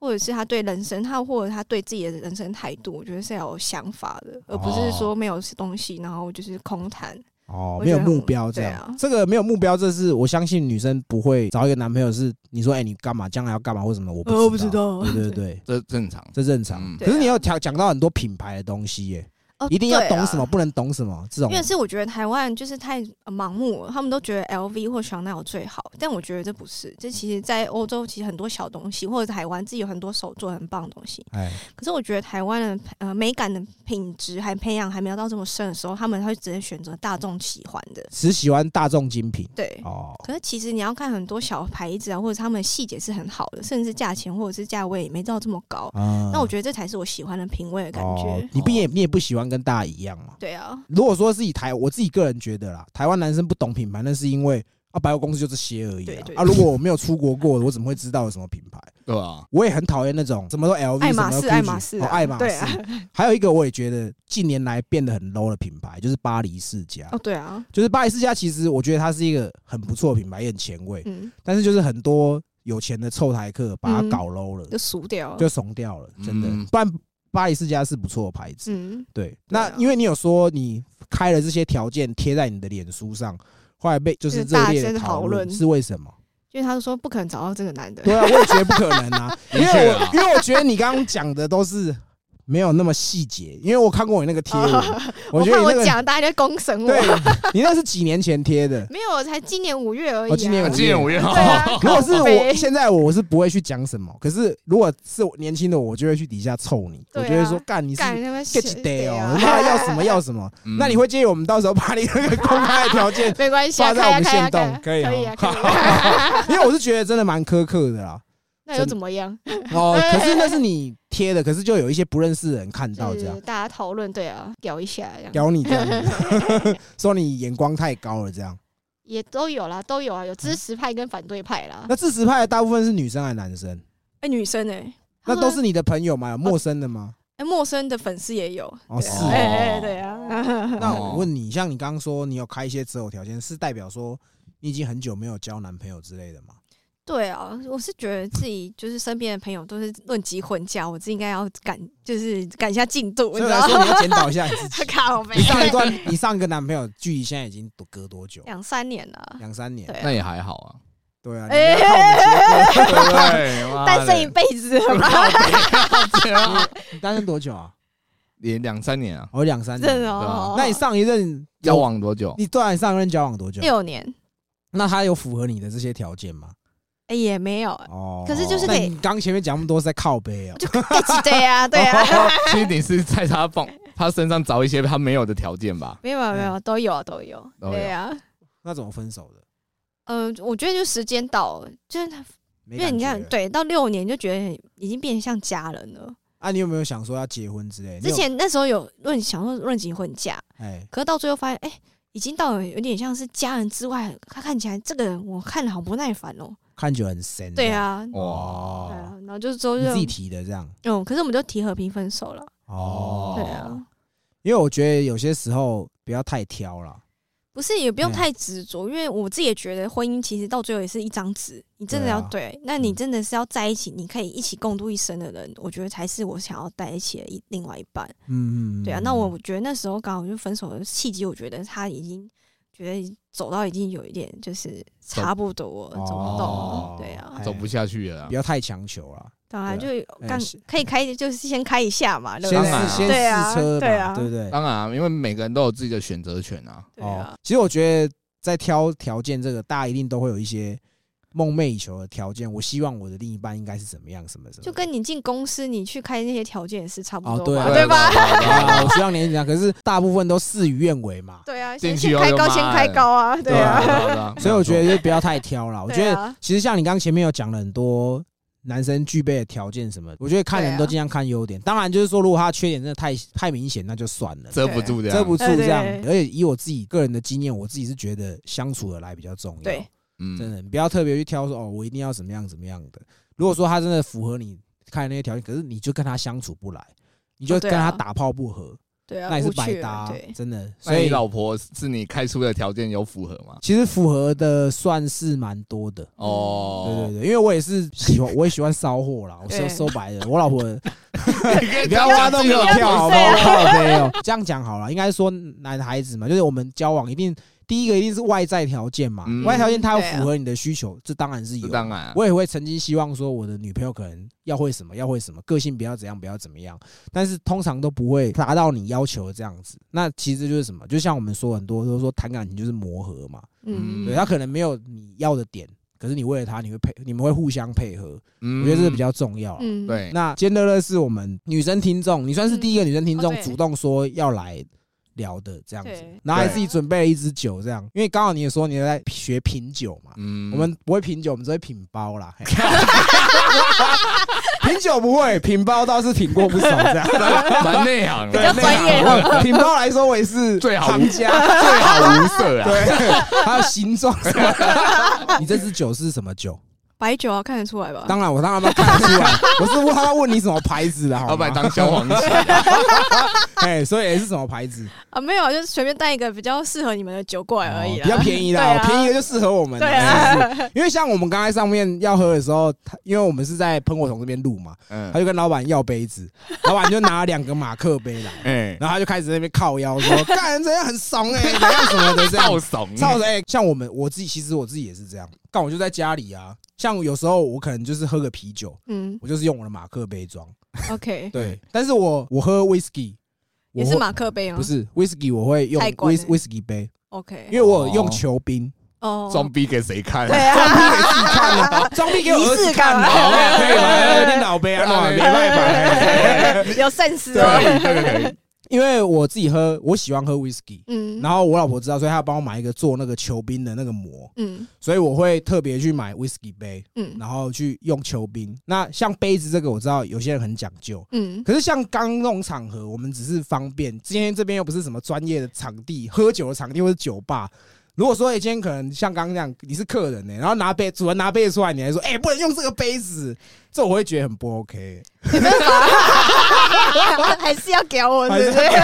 S3: 或者是他对人生，他或者他对自己的人生态度，我觉得是要有想法的，而不是说没有东西，然后就是空谈。
S1: 哦，
S3: 我
S1: 没有
S3: 觉得
S1: 目
S3: 很
S1: 标这
S3: 对
S1: 样，
S3: 啊
S1: 这个没有目标，这是我相信女生不会找一个男朋友是你说，哎、你干嘛，将来要干嘛或什么，我不
S2: 哦
S1: 哦
S3: 呃我不知道
S1: 对对对，
S2: 这正常。
S1: 这正常。
S2: 嗯
S1: 可是
S3: 对啊
S1: 你要讲讲到很多品牌的东西耶、
S3: 哦
S1: 一定要
S3: 对啊
S1: 懂什么，不能懂什么，这种
S3: 因为是我觉得台湾就是太呃盲目了，他们都觉得 LV 或 Chanel 最好，但我觉得这不是。这其实，在欧洲其实很多小东西，或者台湾自己有很多手做很棒的东西，
S1: 哎，
S3: 可是我觉得台湾的呃美感的品质还培养还没有到这么深的时候，他们会直接选择大众喜欢的。
S1: 只喜欢大众精品
S3: 对，
S1: 哦。
S3: 可是其实你要看很多小牌子啊，或者是他们的细节是很好的，甚至价钱或者是价位也没到这么高。
S1: 啊
S3: 那我觉得这才是我喜欢的品味的感觉。
S1: 哦你毕竟也你也不喜欢跟大家一样嘛。
S3: 对啊，
S1: 如果说是以台，我自己个人觉得啦，台湾男生不懂品牌，那是因为啊，百货公司就这些而已
S3: 对
S1: 啊
S3: 对
S1: 啊，如果我没有出国过，我怎么会知道有什么品牌？
S2: 对吧？
S1: 我也很讨厌那种什么都 LV，
S3: 爱马
S1: 什么
S3: 仕
S1: Gucci，
S3: 爱马仕
S1: 哦
S3: 啊
S1: 爱马
S3: 对啊
S1: 仕。还有一个我也觉得近年来变得很 low 的品牌，就是巴黎世家
S3: 哦。对啊，
S1: 就是巴黎世家，其实我觉得它是一个很不错的品牌，也很前卫，
S3: 嗯，
S1: 但是就是很多。有钱的臭台客把它
S3: 嗯
S1: 搞 low 了，
S3: 就熟掉了
S1: 就。怂掉了，真的
S2: 嗯。
S1: 不然巴黎世家是不错的牌子，
S3: 嗯，
S1: 对。
S3: 对
S1: 那
S3: 啊
S1: 因为你有说你开了这些条件贴在你的脸书上，后来被就是
S3: 就是大
S1: 热烈的
S3: 声
S1: 讨
S3: 讨
S1: 论，
S3: 论
S1: 是为
S3: <laughs>
S1: 什么？
S3: 因为他就说不可能找到这个男的， <laughs>
S1: 对啊，我也觉得不可能啊，因
S2: <laughs> 的
S1: 为
S2: 确
S1: 我
S2: 啊
S1: 因为我觉得你刚刚讲的都是没有那么细节，因为我看过你那个
S3: <laughs>
S1: 贴文，
S3: 我
S1: 觉得
S3: 怕
S1: 你
S3: 我
S1: 那个
S3: 讲大家就公审我
S1: 对。你那是几年前贴的，
S3: 没有，我才今年五月而已、啊。
S1: 哦今年
S2: 啊
S1: 五，
S2: 今年五月
S3: 对
S2: 号，
S3: 啊
S1: <laughs>
S3: <laughs>
S1: 如果是
S3: 靠
S1: 我
S3: 北
S1: 现在我是不会去讲什么，可是如果是我年轻的我，我就会去底下臭你，我
S3: 对啊
S1: 就会说干你是
S3: 干他妈
S1: get day
S3: 啊，
S1: 哦，他妈要什么要什么，
S2: 嗯
S1: 那你会建议我们到时候把你那个公开的条件
S3: <laughs> 没关系啊，
S1: 放在
S3: 开
S1: 我
S3: 呀
S1: 们
S3: 开呀
S1: 限动
S3: 开呀
S1: 可以
S3: 可以
S1: 哦
S3: 啊，可以啊。 <laughs>
S1: 因为我是觉得真的蛮苛刻的啦。
S3: 那又怎么样？
S1: 哦，可是那是你贴的，可是就有一些不认识的人看到
S3: 就
S1: 这样
S3: 是。大家讨论，对啊，屌一下这样，
S1: 屌你这样子，
S3: <laughs>
S1: 说你眼光太高了这样。
S3: 也都有啦，都有啊，有支持派跟反对派啦。
S1: 那支持派的大部分是女生还是男生？
S3: 哎，女生哎，
S1: 那都是你的朋友吗？有陌生的吗？
S3: 哎陌生的粉丝也有。
S1: 哦，是
S3: 对啊
S1: 哦。
S3: 哎哎，对啊。 <laughs>
S1: 那我问你，像你刚刚说你有开一些择偶条件，是代表说你已经很久没有交男朋友之类的吗？
S3: 对啊，我是觉得自己就是身边的朋友都是论及婚嫁，我自己应该要赶，就是赶一下进度，你
S1: 所以
S3: 知
S1: 来
S3: 道
S1: 说
S3: 吗？。
S1: 你要检讨一下你自己
S3: <laughs> 靠背
S1: 你上一段，你上一个男朋友距离现在已经多隔多久？
S3: 两三年了，
S1: 两三年
S3: 对。啊
S2: 那也还好啊，
S1: 对啊，你
S3: 哎
S1: 不要看我们结
S2: 对不对？妈的
S3: 单身一辈子 <laughs> 了吧？
S1: 婚，你单身多久啊？
S2: 也两三年啊，
S1: 我两三
S3: 真的
S1: 年。
S3: 哦。
S1: 嗯那你上一任
S2: 交？往多久？
S1: 你对啊，你上一任交往多久？
S3: 六年？
S1: 那他有符合你的这些条件吗？
S3: 哎，也没有，
S1: <laughs> 哦，
S3: 可是就是
S1: 那
S3: 可以
S1: 你刚前面讲那么多是在靠背哦，
S3: 就对啊，对
S1: 哦
S3: 啊。
S2: 其实你是在他放他身上找一些他没有的条件吧？
S3: 没有没
S1: 嗯
S3: 有，都有都有，
S2: 都有
S3: 对呀、啊。
S1: 那怎么分手的？
S3: 呃，我觉得就时间到了，就是他
S1: 没
S3: 因为你
S1: 感
S3: 看
S1: 觉，
S3: 对，到六年就觉得已经变得像家人了。
S1: 啊，你有没有想说要结婚之类？你
S3: 之
S1: 有
S3: 前那时候有论想说论及婚嫁，
S1: 哎，
S3: 可是到最后发现，哎、已经到了有点像是家人之外，他看起来这个人我看了好不耐烦哦、
S1: 看久很深，
S3: 对，啊，对
S1: 哦，
S3: 啊，然后就是之后
S1: 你
S3: 就
S1: 自己提的这样
S3: 嗯，可是我们就提和平分手了。
S1: 哦，
S3: 对，啊，
S1: 因为我觉得有些时候不要太挑了，
S3: 不是也不用
S1: 嗯
S3: 太执着，因为我自己也觉得婚姻其实到最后也是一张纸，你真的
S1: 对啊
S3: 要对，那你
S1: 嗯
S3: 真的是要在一起，你可以一起共度一生的人，我觉得才是我想要在一起的一另外一半。
S1: 嗯，嗯
S3: 对啊，
S1: 嗯
S3: 那我觉得那时候刚好就分手的契机，我觉得他已经觉得走到已经有一点就是差不多
S1: 走
S3: 走不动
S1: 哦
S3: 了，对啊
S1: 哎，
S2: 走不下去了啊
S1: 不。要太强求了，
S3: 当然就
S1: 对哎
S3: 刚
S1: 是
S3: 可以开，就是先开一下嘛，对
S1: 先
S3: 不
S2: 当
S1: 试
S2: 然啊
S1: 先
S3: 对
S1: 试
S3: 啊
S1: 车
S3: 对
S1: 嘛，
S3: 啊
S1: 对不对？哦
S2: 当然啊，因为每个人都有自己的选择权啊。
S3: 对？对啊，，
S1: 其实我觉得在挑条件这个，大家一定都会有一些梦寐以求的条件。我希望我的另一半应该是怎么样，什么什么的，
S3: 就跟你进公司你去开那些条件也是差不
S1: 哦
S3: 多嘛，
S1: 对啊
S3: 对吧？
S1: 啊，
S2: 吧？
S1: 我希望你怎样，可是大部分都事与愿违嘛。
S3: 对啊，
S2: 进
S3: 先
S2: 去
S3: 先
S2: 以后
S3: 开
S2: 就
S3: 高，
S2: 骂
S3: 先开
S2: 了
S3: 高啊，对啊。
S2: <laughs> 啊
S1: 所以我觉得就不要太挑了。我觉
S3: 对
S1: 得
S3: 啊
S1: 其实像你刚前面有讲了很多男生具备的条件什么的，我觉得看人都尽量看优点。当然就是说，如果他的缺点真的太太明显，那就算了，
S2: 遮不住的，
S1: 遮不住这样。
S3: 对对
S1: 而且以我自己个人的经验，我自己是觉得相处的来比较重要
S3: 对。
S1: 真
S2: 嗯，
S1: 的，你不要特别去挑说哦，我一定要怎么样怎么样的。如果说他真的符合你看的那些条件，可是你就跟他相处不来，你就
S3: 哦对
S1: 跟
S3: 啊
S1: 他打炮不合，
S3: 对啊，
S1: 那也是
S3: 无
S1: 白
S3: 趣
S1: 搭
S3: 了
S1: 啊
S3: 对，，
S1: 真的。
S2: 所
S1: 所
S2: 以
S1: 以
S2: 老婆是你开出的条件有符合吗？
S1: 其实符合的算是蛮多的。嗯对
S2: 哦，
S1: 对对，因为我也是喜欢，我 <laughs> 也喜欢骚货啦。我说
S3: 对
S1: 说白了，我老婆
S2: 你可以
S1: <laughs> 你不要挖洞给我 <laughs> 跳，好
S3: <laughs> 不
S1: 吗？
S3: 要
S1: 我
S3: 不
S1: 靠背哦，这样讲好了，应该说男孩子嘛，就是我们交往一定第一个一定是外在条件嘛，
S2: 嗯
S1: 外在条件他要
S3: 对啊
S1: 符合你的需求，这当然是
S2: 这
S1: 有。
S2: 当然啊，
S1: 我也会曾经希望说，我的女朋友可能要会什么，要会什么，个性不要怎样，不要怎么样，但是通常都不会达到你要求的这样子。那其实就是什么？就像我们说很多都说谈感情就是磨合嘛，
S3: 嗯，
S1: 对他可能没有你要的点，可是你为了他，你会配，你们会互相配合，
S2: 嗯
S1: 我觉得这是比较重要啊。
S3: 嗯，
S2: 对。
S1: 那今天乐乐是我们女生听众，你算是第一个女生听众
S3: 嗯哦对
S1: 主动说要来聊的这样子
S3: 对，
S1: 然后还自己准备了一支酒这样，因为刚好你也说你在学品酒嘛，
S2: 嗯
S1: 我们不会品酒，我们只会品包啦。嘿 <laughs> 品酒不会，品包倒是品过不少这样。
S2: <laughs> 蛮 <laughs> 蛮内行
S3: 比较
S2: 的，
S3: 专业哦
S1: 对品包来说，我也是
S2: <laughs> 最好
S1: 行家，
S2: 最 <laughs>
S3: <laughs>
S2: 好无色啊。 <laughs>
S1: 对，还有形状什么的。你这支酒是什么酒？
S3: 白酒啊，看得出来吧？
S1: 当然，我当然能看得出来，我是问他问你什么牌子的，好
S2: 要不
S1: 吗
S2: 然？当消
S1: <laughs>
S2: 防器。
S1: 哎，所以也是什么牌子
S3: 啊，没有啊，就是随便带一个比较适合你们的酒过哎来而已
S1: 哦
S3: 啦，
S1: 比较便宜的
S3: 对
S1: 啊，
S3: 啊
S1: 便宜的就适合我们。
S3: 对
S1: 是不是
S3: 啊，
S1: 因为像我们刚才上面要喝的时候，他因为我们是在喷火筒这边录嘛，
S2: 嗯
S1: 他，就跟老板要杯子，老板就拿了两个马克杯来，
S2: 哎，
S1: 然后他就开始在那边靠腰说：“干，这样很怂哎、怎样什么的这样。”
S2: 超怂，
S1: 操着哎，像我们我自己，其实我自己也是这样。干，我就在家里啊，像有时候我可能就是喝个啤酒，
S3: 嗯
S1: 我就是用我的马克杯装。
S3: ，OK，
S1: 对，但是我我喝 whisky，我
S3: 嗯也是
S1: 会
S3: 马克杯吗？
S1: 不是 whisky，我会用
S3: 泰国的
S1: whis whisky 杯，因
S3: ，OK，
S1: 为我有用球冰，
S3: 哦，
S2: 装逼给谁看？
S3: 对啊，
S1: 看啊，装逼给我儿子
S3: 仪式
S1: 看
S3: 感
S1: 啊，好可以吧？有点老杯啊， <laughs> 那没办法哎。
S3: <laughs> 有 sense
S2: 对
S3: 哦，
S2: 啊，这个可以。
S1: 因为我自己喝，我喜欢喝 whisky，
S3: 嗯，
S1: 然后我老婆知道，所以她要帮我买一个做那个球冰的那个膜，
S3: 嗯
S1: 所以我会特别去买 whisky 杯，
S3: 嗯
S1: 然后去用球冰。那像杯子这个，我知道有些人很讲究。
S3: 嗯， <laughs>
S1: 可是像刚那种场合，我们只是方便。今天这边又不是什么专业的场地，喝酒的场地或者酒吧。如果说、欸、今天可能像刚刚那样，你是客人呢、然后拿杯主人拿杯子出来，你还说哎、欸不能用这个杯子，这我会觉得很不 OK、
S3: 还是要给我，
S1: 还
S3: 对
S1: 是
S3: 不对？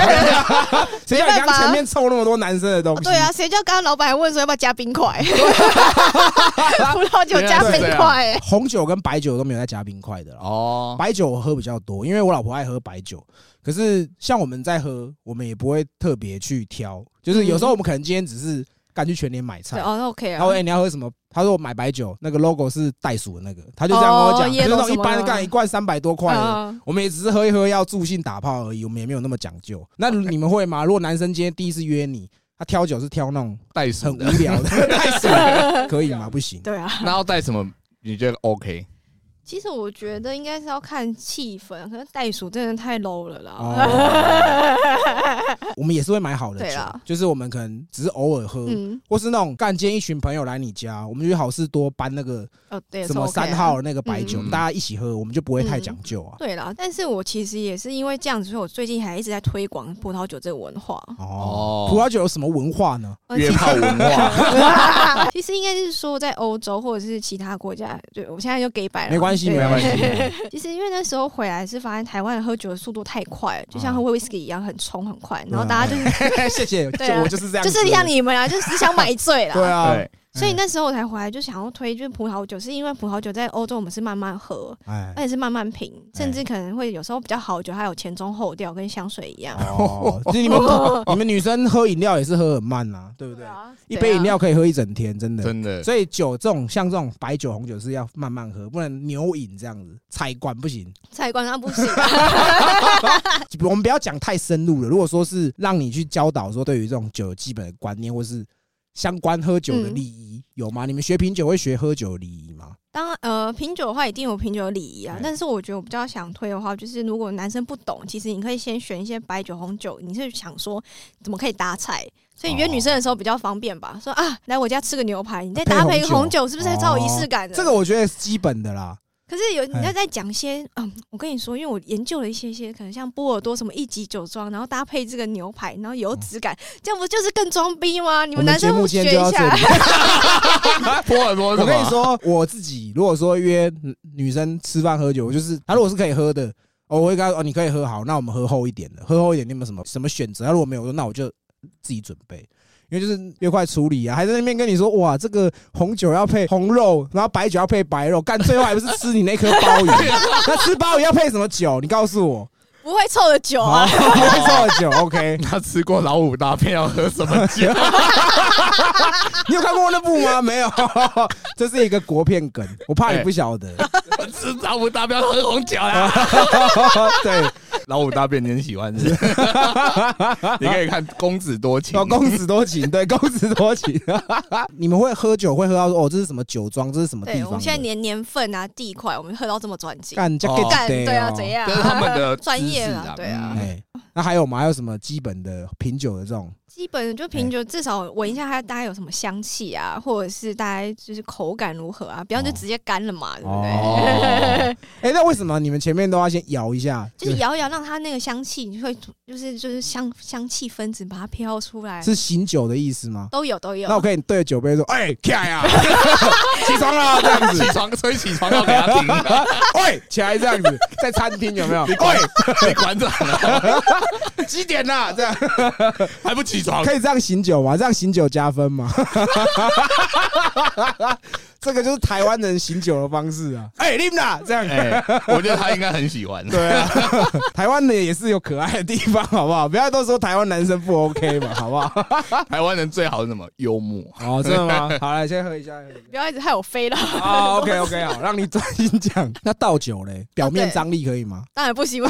S1: 谁叫你刚前面凑那么多男生的东西？
S3: 对啊，谁叫刚刚老板还问说要不要加
S1: <laughs>
S3: 冰块？ <laughs> 葡萄酒
S1: 啊
S3: 加冰块、欸，
S1: 红酒跟白酒都没有在加冰块的啦。 <laughs>
S2: 哦，
S1: 白酒我喝比较多，因为我老婆爱喝白酒。可是像我们在喝，我们也不会特别去挑，就是有时候我们可能今天只是赶去全年买菜
S3: 对。哦，那 OK
S1: 他
S3: 啊
S1: 说：“哎、，你要喝什么？”他说：“我买白酒，那个 logo 是袋鼠的那个。”他就这样跟我
S3: 哦
S1: 讲，可
S3: 耶
S1: 是
S3: 鲁
S1: 那种一
S3: 什么
S1: 般
S3: 的
S1: 干一罐三百多块的，
S3: 嗯
S1: 我们也只是喝一喝要助兴打炮而已，我们也没有那么讲究。那你们会吗？如果男生今天第一次约你，他挑酒是挑那种
S2: 带
S1: 很
S2: 鼠
S1: 无
S2: 的，
S1: 聊的，太水
S3: <laughs>
S1: 了，可以吗？不行。
S3: 对啊。
S2: 那要带什么？你觉得 OK？
S3: 其实我觉
S1: 嗯
S3: 得应该是要看气氛，可是袋鼠真的太 low 了啦。
S1: 哦，我们也是会买好的
S3: 对
S1: 酒
S3: 啦，
S1: 就是我们可能只是偶尔喝，
S3: <laughs> 嗯，
S1: 或是那种干今天一群朋友来你家，我们就去好事多搬那个
S3: 哦，对，
S1: 什么
S3: OK 啊嗯
S1: 三号的那个白酒，
S2: 嗯
S1: 大家一起喝，我们就不会太讲究啊。
S3: 对啦，但是我其实也是因为这样子，所以我最近还一直在推广葡萄酒这个文化。
S1: 哦
S2: 哦，
S1: 葡萄酒有什么文化呢？
S3: 呃
S2: 约
S3: 其实
S2: 炮文
S3: <laughs>
S2: 化，
S3: 其实应该是说，在欧洲或者是其他国家，对我现在就给白了，
S1: 没关系，
S3: 对
S1: 没关系。
S3: 其实因为那时候回来是发现台湾喝酒的速度太快了，就像
S1: 啊
S3: 喝威士忌一样很冲很快，然后大
S1: <laughs>
S3: 家就是 <laughs>
S1: 谢谢，
S3: 对
S1: 就
S3: 啊
S1: 我就是这样
S3: 就
S1: 子，
S3: 是像你们啊，就是只想买
S1: <laughs>
S3: 醉啦。
S1: 对 <laughs> 啊，
S2: 对，
S3: 所以那时候我才回来，就想要推就是葡萄酒，是因为葡萄酒在欧洲我们是慢慢喝，
S1: 哎
S3: 而，且是慢慢品，甚至可能会有时候比较好酒，它有前中后调，跟香水
S1: <laughs>
S3: 一样。
S1: 哦，就是你们 <laughs> 你们女生喝饮料也是喝很慢呐，对不对？
S3: 啊
S1: 一杯饮料可以喝一整天，真的。
S2: 真的，
S1: 所以酒这种像这种白酒、红酒是要慢慢喝，不能牛饮这样子，菜罐不行。
S3: 菜馆它不行，啊
S1: 我们不要讲太深入了。如果说是让你去教导说对于这种酒有基本的观念，或是相关喝酒
S3: 嗯
S1: 的礼仪，有吗？你们学品酒会学喝酒的礼仪吗？
S3: <laughs> 当然呃品酒的话一定有品酒的礼仪啊
S1: 哎，
S3: 但是我觉得我比较想推的话，就是如果男生不懂，其实你可以先选一些白酒、红酒，你是想说怎么可以搭菜。所以约
S1: 哦
S3: 女生的时候比较方便吧，说啊，来我家吃个牛排，你再搭配一个
S1: 啊配红哦
S3: 红酒，是不是超有仪式感的？
S1: 这个我觉得是基本的啦。
S3: 可是有
S1: 哎
S3: 你要再讲一些，嗯，我跟你说，因为我研究了一些些，可能像波尔多什么一级酒庄，然后搭配这个牛排，然后油脂感，这样不就是更装逼吗？你
S1: 嗯我
S3: 男
S1: 节
S3: 生
S1: 目
S3: 不
S1: 今
S3: 学
S1: 天就
S3: 一
S1: 到这
S3: 下，
S1: 里。
S2: <laughs> 波尔多
S1: 我
S2: 什么
S1: 跟你，说，我自己如果说约女生吃饭喝酒，我就是她如果是可以喝的，哦，我会跟她说哦，你可以喝好，那我们喝厚一点的，喝厚一点，你有没有什么什么选择？她如果没有，我说那我就自己准备。因为就是越快处理啊，还在那边跟你说哇，这个红酒要配红肉，然后白酒要配白肉，干最后还不是吃你那颗鲍鱼？那吃鲍鱼要配什么酒？你告诉我，
S3: <laughs> 不会臭的酒
S1: 好，
S3: 啊，
S1: 不会错的酒，OK？
S2: 他吃过老虎大便要喝什么酒？
S1: 你有看过那部吗？没有，这是一个国片梗，我怕你不晓得。
S2: 吃老虎大便要喝红酒啊 <laughs> 啦。
S1: 对，
S2: 老虎大便你很喜欢是不 <laughs> 是？你可以看《公子多情
S1: 哦，》，公子多情，对，公子多情。 <laughs> 你们会喝酒会喝到说，哦，这是什么酒庄，这是什么地
S3: 对，我
S1: 方
S3: 们
S1: 的？
S3: 现在连年份啊、地块，我们喝到这么专精，
S1: 干这
S2: 哦
S1: 个
S3: 干
S1: 得
S3: 对啊，
S1: 哦
S3: 怎？样啊？
S2: 这是他们
S3: <laughs>
S2: 的
S3: 专业
S2: 知识
S3: 啦
S2: 啊，
S3: 对啊
S2: 嗯。
S1: 哎，那还有吗？还有什么基本的品酒的这种？
S3: 基本就品酒，
S1: 哎
S3: 至少闻一下它大概有什么香气啊，或者是大概就是口感如何啊，不要就
S1: 哦
S3: 直接干了嘛，对不对？
S2: 哦，
S1: 哎，那为什么你们前面都要先摇一下？
S3: 就是摇一摇，让它那个香气就会就是就是香香气分子把它飘出来，
S1: 是醒酒的意思吗？
S3: 都有都有。
S1: 那我可以对着酒杯说：“哎、起来
S3: <laughs>
S1: 啊，起床了，这样
S2: 起
S1: 子， <laughs>
S2: 床吹起床要给他停， <laughs>
S1: 喂，起来这样子，在餐厅有没有？喂，
S2: 你馆长
S1: <laughs> 几点啦？这样
S2: 还不起床 <laughs>
S1: 可，以这样醒酒吗？这样醒酒加分吗？ <laughs> 这个就是台湾人醒酒的方式啊！ <laughs> 哎、你们啦，这样。”
S2: 哎，我觉得他应该很喜 <laughs> 欢。
S1: 对啊，台湾的也是有可爱的地方，好不好？ <laughs> 不要都说台湾男生不 OK 嘛，好不好？
S2: 台湾人最好是什么？幽默。
S1: <laughs> 哦，真的吗？ <laughs> 好了，先喝一下。喝一下
S3: 不要一直害我
S1: <laughs>
S3: 飞了，
S1: 啊，OK OK，好，让你专心讲。 <laughs> 那倒酒嘞，表面张力可以吗？
S3: 当然不行。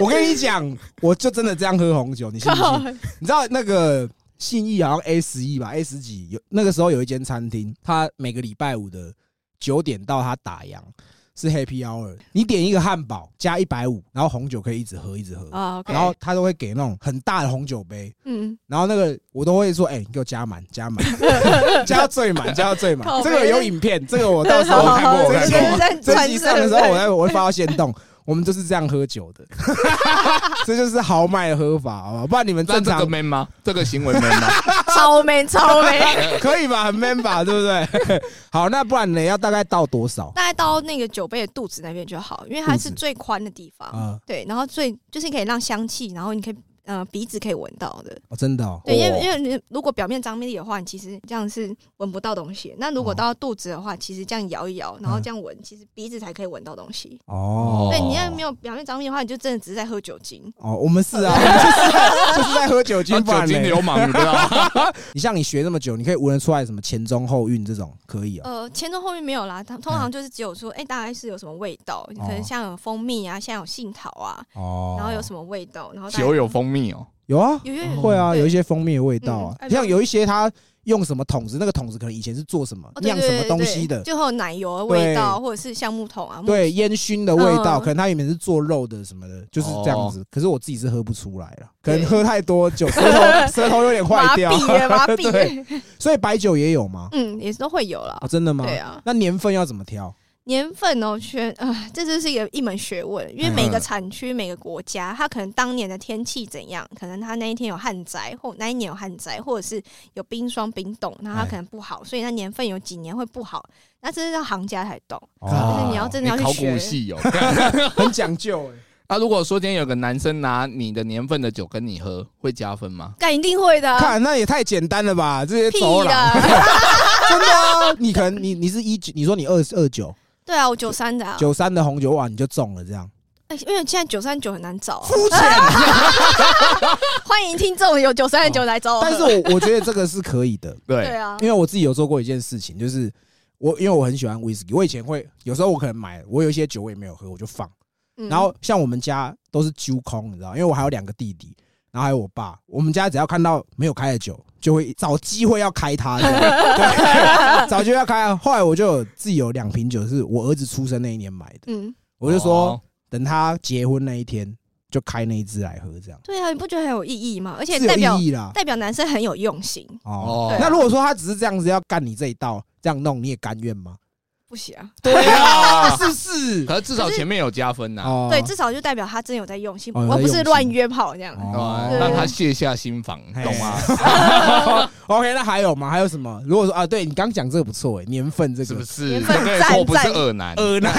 S1: 我跟你讲，我就真的这样喝红酒，你信不信？
S3: <laughs>
S1: 你知道那个信义好像 A 十一吧，A 十几有那个时候有一间餐厅，它每个礼拜五的九点到它打烊是 Happy Hour，你点一个汉堡加一百五，然后红酒可以一直喝一直喝，
S3: 啊，OK，
S1: 然后他都会给那种很大的红酒杯，
S3: 嗯，
S1: 然后那个我都会说，哎、你给我加满，加
S3: <laughs>
S1: 满，加到最满，加到最满。
S3: 靠
S1: 这个
S3: 北
S1: 有影片，这个我到
S3: <laughs>
S1: 时候
S2: 我看过我看
S1: 这
S2: 过
S1: 个
S3: 在
S1: 这集上的时候，我
S3: 在
S1: 在我会发到现动，我们就是这样喝酒
S3: <laughs>
S1: 的，这就是豪迈的喝法，好吧？不然你们
S2: 那
S1: 正
S2: 这
S1: 常
S2: 个 man 吗？这个行为 man <laughs> 吗？
S3: 超美超美，
S1: <laughs>
S2: <laughs>
S1: 可以吧？很 man 吧，对不对？ <laughs> 好，那不然呢？要大概倒多少？
S3: 大概到那个酒杯的肚子那边就好，因为它
S1: 肚
S3: 是
S1: 子
S3: 最宽的地方。
S1: 啊、
S3: 对，然后最就是可以让香气，然后你可以呃鼻子可以闻到的。
S1: 哦，真的哦，
S3: 对，因为
S2: 哦
S3: 因为你如果表面张力的话，你其实这样是闻不到东西。那如果
S1: 哦
S3: 到肚子的话，其实这样摇一摇，然后
S1: 嗯
S3: 这样闻，其实鼻子才可以闻到东西。
S1: 哦，
S3: 对，你要没有表面张力的话，你就真的只是在喝酒精。
S1: 哦，我们
S2: <laughs>
S1: 是啊，我们就是在就是在喝酒精，不
S2: 哦酒
S1: 然
S2: 精
S1: 呢？
S2: 流氓，你不知 <laughs> 道？
S1: 你像你学那么久，你可以闻得出来什么前中后韵这种，可以啊？
S3: 呃，前中后面没有啦，它通常就是只有说，哎、大概是有什么味道，可能像有蜂蜜啊，像有杏桃啊，
S1: 哦，
S3: 然后有什么味道，然后大概
S2: 酒有蜂蜜哦，
S1: 有啊，
S3: 有有有
S1: 会啊，
S3: 对
S1: 有一些蜂蜜的味道啊
S3: 嗯，哎
S1: 像有一些它用什么桶子，那个桶子可能以前是做什么
S3: 哦对
S1: 酿
S3: 对
S1: 什么
S3: 对
S1: 东
S3: 对
S1: 西的，
S3: 就会有奶油的味
S1: 对
S3: 道，或者是橡木桶啊，木
S1: 对烟熏的味道，
S3: 嗯
S1: 可能它原本是做肉的什么的，就是这样
S2: 哦
S1: 子。可是我自己是喝不出来了，可能
S3: 对
S1: 喝太多酒，舌
S3: <laughs>
S1: 头舌头有点坏掉
S3: 麻，痹了，麻
S1: <laughs> 对
S3: 痹了，
S1: 所以白酒也有吗？
S3: 嗯，也是都会有啦
S1: 啊，。真的吗？
S3: 对啊，
S1: 那年份要怎么挑？
S3: 年份哦，选啊，这就是一个一门学问，因为
S1: 嗯
S3: 每个产区、每个国家，它可能当年的天气怎样，可能它那一天有旱灾，或那一年有旱灾，或者是有冰霜、冰冻，那它
S1: 哎
S3: 可能不好，所以它年份有几年会不好，那这是要行家才懂。
S2: 哦
S3: 就是你要真的要去
S2: 考
S3: 学
S2: 古系哦。 <laughs>
S1: 很讲究哎。
S2: 那如果说今天有个男生拿你的年份的酒跟你喝，会加分吗？
S3: 干一定会的 <laughs> 啊，
S1: 看那也太简单了吧，这些
S3: 屁
S1: 走廊
S3: 的，
S1: 真的啊，你可能你你是一九，你说你二二九
S3: 对啊，我九三的啊，
S1: 九三的红酒哇，你就中了这样。
S3: 哎因为现在九三九很难找啊， <laughs>
S1: 肤浅。
S3: 欢迎听众有九三的酒来找我
S1: <laughs> <laughs>
S3: 喝，
S1: 但是我我觉得这个是可以
S3: <laughs>
S1: 的，
S3: 对，啊
S1: 因，为我自己有做过一件事情，就是我因为我很喜欢 whisky，我以前会有时候我可能买，我有一些酒我也没有喝，我就放。
S3: 嗯
S1: 然后像我们家都是揪空，你知道，因为我还有两个弟弟，然后还有我爸，我们家只要看到没有开的酒，就会找机会要开它，
S3: <laughs>
S1: 这样对找机会要开啊。后来我就有自己有两瓶酒，是我儿子出生那一年买的，
S3: 嗯，
S1: 我就说
S2: 哦
S1: 等他结婚那一天就开那一支来喝，这样
S3: 对啊，你不觉得很有意义吗？而且
S1: 是有
S3: 代表
S1: 意义啊啦。
S3: 代表男生很有用心，
S1: 哦，
S2: 哦
S3: 对啊
S1: 那如果说他只是这样子要干你这一道，这样弄你也甘愿吗？
S3: 不行啊。
S1: 对
S2: 啊
S1: 是不是？
S2: 可啊是至少前面有加分呐，
S1: 哦
S3: 对，至少就代表他真有在用心，
S1: 哦有在
S3: 而不是
S1: 用
S3: 乱
S1: 心
S3: 约炮这样。
S2: 哦
S3: 对
S2: 让他卸下心防，
S1: 嘿
S2: 懂吗？
S1: <laughs> OK，那还有吗？还有什么？如果说啊，对你刚讲这个不错哎，年份这
S2: 是不
S1: 个，
S2: 是？
S3: 缘分
S2: 我跟你
S3: 赞
S2: 说，我不是
S3: 赞
S2: 恶男，
S1: 呃，
S3: <laughs>
S1: 那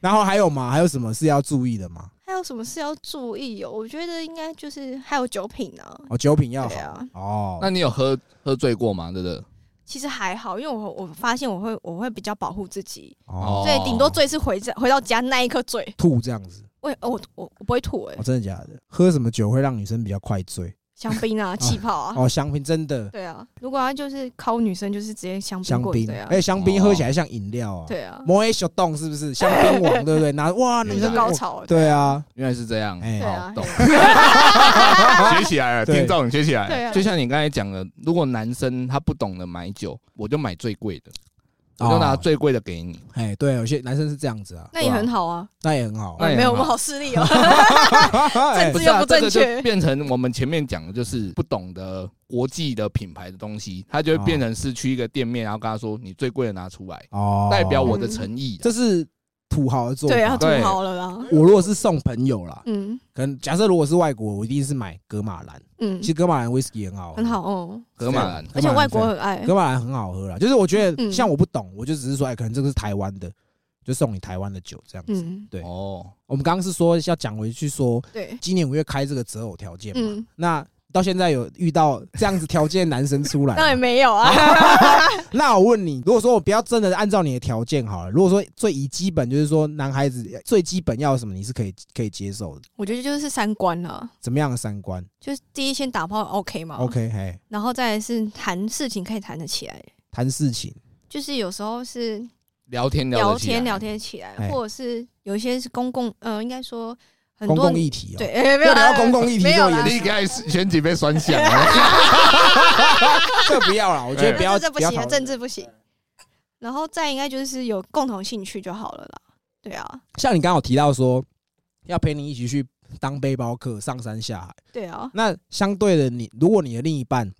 S1: 然后还有吗？还有什么是要注意的吗？
S3: 还有什么事要注意哦？我觉得应该就是还有酒品呢、
S1: 哦，酒品要
S3: 对
S1: 好
S3: 啊，
S1: 哦
S2: 那你有喝喝醉过吗？对不对？
S3: 其实还好，因为我我发现我会我会比较保护自己，
S1: 哦，
S2: 哦
S3: 所以顶多醉是回家回到家那一刻醉。
S1: 吐这样子，
S3: 我我我我不会吐哎、
S1: 哦，真的假的？喝什么酒会让女生比较快醉？
S3: 香槟啊，气泡啊，
S1: 哦，香槟真的
S3: 对啊。如果他就是靠女生，就是直接香槟
S1: 香
S3: 过去
S1: 槟哎
S3: 对，啊
S1: 而，且香槟
S2: 哦
S1: 喝起来像饮料啊，
S3: 对啊，
S1: 摩耶小洞是不是？香槟
S3: <laughs>
S1: 王对不对？拿哇，女生
S3: 高潮。
S1: 对啊，
S2: 原来是这样，
S1: 哎
S3: 对啊
S2: 好，懂
S3: 对啊。啊
S2: <laughs> 学起来了，
S1: 对
S2: 听众学起来
S3: 对啊
S2: 了。就像你刚才讲的，如果男生他不懂得买酒，我就买最贵的，我就拿
S1: 哦
S2: 最贵的给你。
S1: 哎，对，有些男生是这样子啊，
S3: 那也
S2: 对啊
S3: 很
S1: <laughs>
S3: 好啊，
S1: 那也很
S3: <laughs>
S1: 好。
S2: 那也
S3: 没有我
S2: 很
S3: 们
S2: 好
S3: 好势利
S1: <laughs>
S3: 哦。
S1: 哎 <laughs>
S3: 这
S2: 不
S3: 只
S2: 是
S3: 有
S2: 啊，
S3: 不
S2: 这
S3: 正
S2: 个就
S3: 确
S2: 变成我们前面讲的，就是不懂得国际的品牌的东西，它就会变成市区一个店面，然后跟他说你最贵的拿出来，
S1: 哦
S2: 代表我的诚意。啊
S1: 这是土豪的做法。
S3: 对啊，土
S2: 对
S3: 豪了啦，
S1: 我如果是送朋友啦，
S3: 嗯
S1: 可能假设如果是外国，我一定是买格马兰。<laughs>
S3: 嗯
S1: 其，实格马兰 whisky 很好，啊
S3: 很好，哦，
S2: 格马兰，
S1: 格
S3: 而
S1: 马
S3: 且
S1: 兰
S3: 外国
S1: 非
S3: 很爱，
S1: 格马兰很好喝啦。就是我觉得
S3: 嗯
S1: 像我不懂，我就只是说，哎，可能这个是台湾的，就送你台湾的酒这样子。
S3: 嗯，
S1: 对
S2: 哦，
S1: 我们刚刚是说要讲回去说，
S3: 对，
S1: 今年五月开这个择偶条件嘛，
S3: 嗯，
S1: 那到现在有遇到这样子条件的男生出来吗，
S3: <laughs> 当然没有啊，
S1: 那我问你，如果说我不要真的按照你的条件好了，如果说最以基本就是说男孩子最基本要什么，你是可以可以接受的，
S3: <laughs> 我觉得就是三观了。
S1: 怎么样的三观、
S3: 就是第一先打炮 OK 嘛
S1: o k 嘿，
S3: 然后再来是谈事情可以谈得起来，
S1: 谈事情，
S3: 就是有时候是
S2: 聊天
S3: 聊
S2: 得起来啊
S3: 天聊，天起来
S1: 哎，
S3: 或者是有一些是公共，呃，应该说很
S1: 公
S3: 多
S1: 共议题哦、
S3: 对，哎没有
S1: 又聊
S3: 啦
S1: 公共议题
S3: 没有
S1: 就
S3: 啦
S1: 有
S2: 你该选几杯酸响啊，
S1: <laughs> <laughs> 这不要了，我觉得
S3: 没有
S1: 不要
S3: 这这不
S1: 要
S3: 行啊，
S1: 讨论
S3: 政治不行。然后再应该就是有共同兴趣就好了啦，对啊，
S1: 像你刚好提到说要陪你一起去当背包客，上山下海，
S3: 对啊，
S1: 那相对的你，如果你的另一半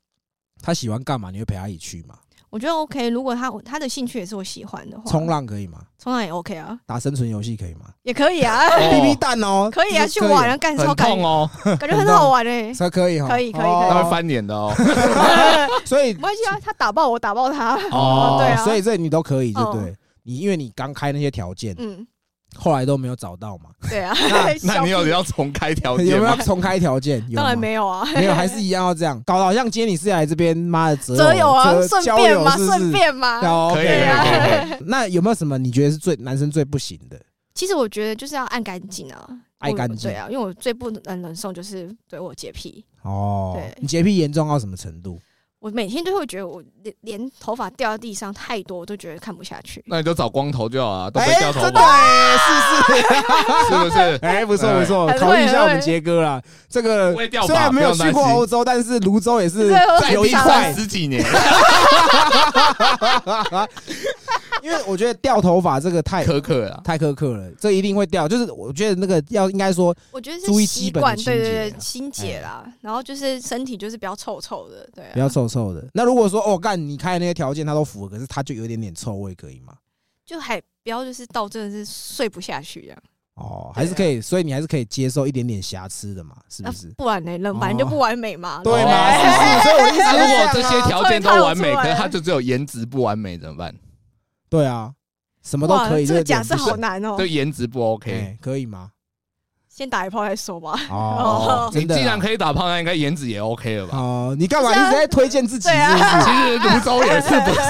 S1: 他喜欢干嘛，你会陪他一起去吗？
S3: 我觉得 OK。如果他他的兴趣也是我喜欢的话，
S1: 冲浪可以吗？
S3: 冲浪也 OK 啊，
S1: 打生存游戏可以吗
S3: 也
S1: <laughs>
S3: 可以啊，
S1: ？B
S2: 哦
S1: B 蛋哦，
S3: 可以啊，去
S1: 这
S3: 玩啊，干超
S2: 很
S3: 感 <laughs>
S2: 痛哦，
S3: 感觉很好玩哎，
S1: 才可以哈，
S3: 可以可以
S1: 哦
S2: 他会翻脸的哦，
S1: 所
S3: <laughs>
S1: 以
S3: 没关系啊，他打爆我，打爆他，
S2: 哦
S3: 对啊，
S1: 所以这你都可以，对不对
S3: 嗯？
S1: 你因为你刚开那些条件，
S3: 嗯，
S1: 后来都没有找到嘛，
S3: 对啊， <laughs>
S2: 那你有
S3: 笑
S2: 要重开条
S1: 有 <laughs>
S2: 件
S1: 没有
S2: 吗？
S1: 重开条件？
S3: 屁
S1: 有
S3: 当然
S1: 吗，
S3: 没有 <laughs> 啊，
S1: 没有，还是一样要这样，搞得好像今天你是来这边妈的
S3: <laughs>
S1: 择
S3: 择友啊，
S1: 择
S3: 顺
S1: 交
S3: 便
S1: 友
S3: 嘛，
S1: 是不
S3: 顺
S1: 是？
S3: 便嘛，
S1: 哦
S2: 可以，可
S3: 对
S2: 以
S3: 啊
S2: 可以，可以
S1: 那有没有什么你觉得是最男生最不行的？
S3: 其实我觉得就是要按干净啊，
S1: 爱干净
S3: 我对啊，因为我最不能忍受就是对我洁癖，
S1: 哦
S3: 对，
S1: 你洁癖严重到什么程度？
S3: 我每天都会觉得我连连头发掉到地上太多，我都觉得看不下去。
S2: 那你就找光头就好了，啊都被
S1: 哎
S2: 掉头
S1: 真的
S3: 啊
S2: 发，
S1: 哎，是是，
S2: 是不是？
S1: 哎，不错
S2: <laughs> 哎
S1: 不错，
S3: 很会
S1: 考虑一下我
S3: 很
S1: 们
S3: 会
S1: 杰哥啦。这个
S2: 不会掉发
S1: 虽然没有去
S2: 不
S1: 过
S2: 用担心
S1: 欧洲，但是泸州也是
S3: 对我
S1: <laughs>
S3: 很
S1: 有一
S3: 常
S1: 块
S2: 快十几年，
S1: <laughs> 因为我觉得掉头发这个太
S2: 可可啊，
S1: 太苛刻了，这一定会掉。就是我觉得那个要应该说
S3: 我觉得
S1: 注
S3: 是
S1: 意
S3: 习
S1: 基本的
S3: 惯，
S1: 清
S3: 对
S1: 洁
S3: 对
S1: 啊
S3: 对，清洁啦。然后就是身体就是比较臭臭的，对、
S1: 不要
S3: 啊，
S1: 臭臭的。那如果说哦，干你开的那些条件他都符合，可是他就有一点点臭味，可以吗？
S3: 就还不要就是到真的是睡不下去这样。
S1: 哦，还是可
S3: 啊
S1: 以，所以你还是可以接受一点点瑕疵的嘛，是
S3: 那
S1: 不是？哦
S3: 不然呢，人本来就不完美嘛。
S1: 对
S3: 不
S1: 嘛，是不是？所以我的意思
S2: 他
S1: 就
S2: 如
S1: 是这样啊
S3: <laughs>
S2: 果这些条件都完美，
S3: 突然看不出来
S2: 可是他就只有颜值不完美怎么办？
S1: 对啊，什么都
S3: 哇
S1: 可以，
S3: 这个
S1: 就是
S3: 假
S1: 脸
S3: 设
S1: 不
S3: 好
S1: 是，
S3: 难哦、
S2: 就颜值不 OK。
S1: 哎，可以吗？
S3: 先打一炮再说吧。
S1: 哦
S3: 哦，
S2: 你
S1: 真的啊，
S2: 既然可以打炮，那应该颜值也 OK 了吧？
S1: 哦，你干嘛？
S3: 不是
S1: 你
S3: 啊
S1: 一直在推荐自己，是
S3: 对啊
S1: 不
S2: <laughs> 其
S1: <laughs>
S2: 实泸州也是不错。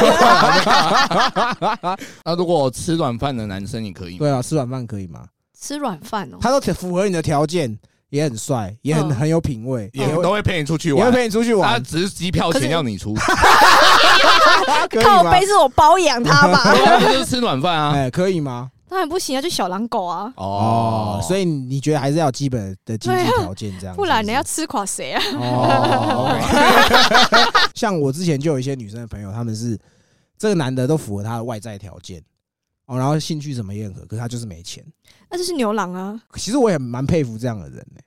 S2: <laughs> 那如果吃软饭的男生，你可
S1: 是？
S2: 以吗？
S1: 对啊，吃软饭可以吗？
S3: 吃软饭哦，
S1: 他都符合你的条件，也很帅，也很
S3: 嗯
S1: 很有品味，
S2: 也
S1: 会
S2: 都会陪你出去
S1: 哦也会
S2: 玩，啊
S1: 陪你出去
S2: 他
S1: 玩，
S2: 只是机票钱要
S1: <laughs>
S2: 你出，
S1: 可以
S3: 靠
S1: 吗？
S3: 背是我包养他
S1: <laughs>
S3: 吧？
S2: 他不就是吃软饭啊？
S1: 哎，可以吗？
S3: 当然不行啊，就小狼
S1: <laughs>
S3: 狗啊，
S1: 哦
S2: 哦，，
S1: 所以你觉得还是要有基本的经济条件这样，
S3: 啊不然你要
S1: 是
S3: 吃垮谁
S1: <laughs>
S3: 啊？
S1: 不是
S2: 哦
S3: <laughs>
S1: 哦。OK 像我之前就有一些女生的朋友，他们是这个男的都符合他的外在条件，哦，然后兴趣什么也很合，可是他就是没钱。
S3: 那就是牛郎啊，
S1: 其实我也蛮佩服这样的人呢、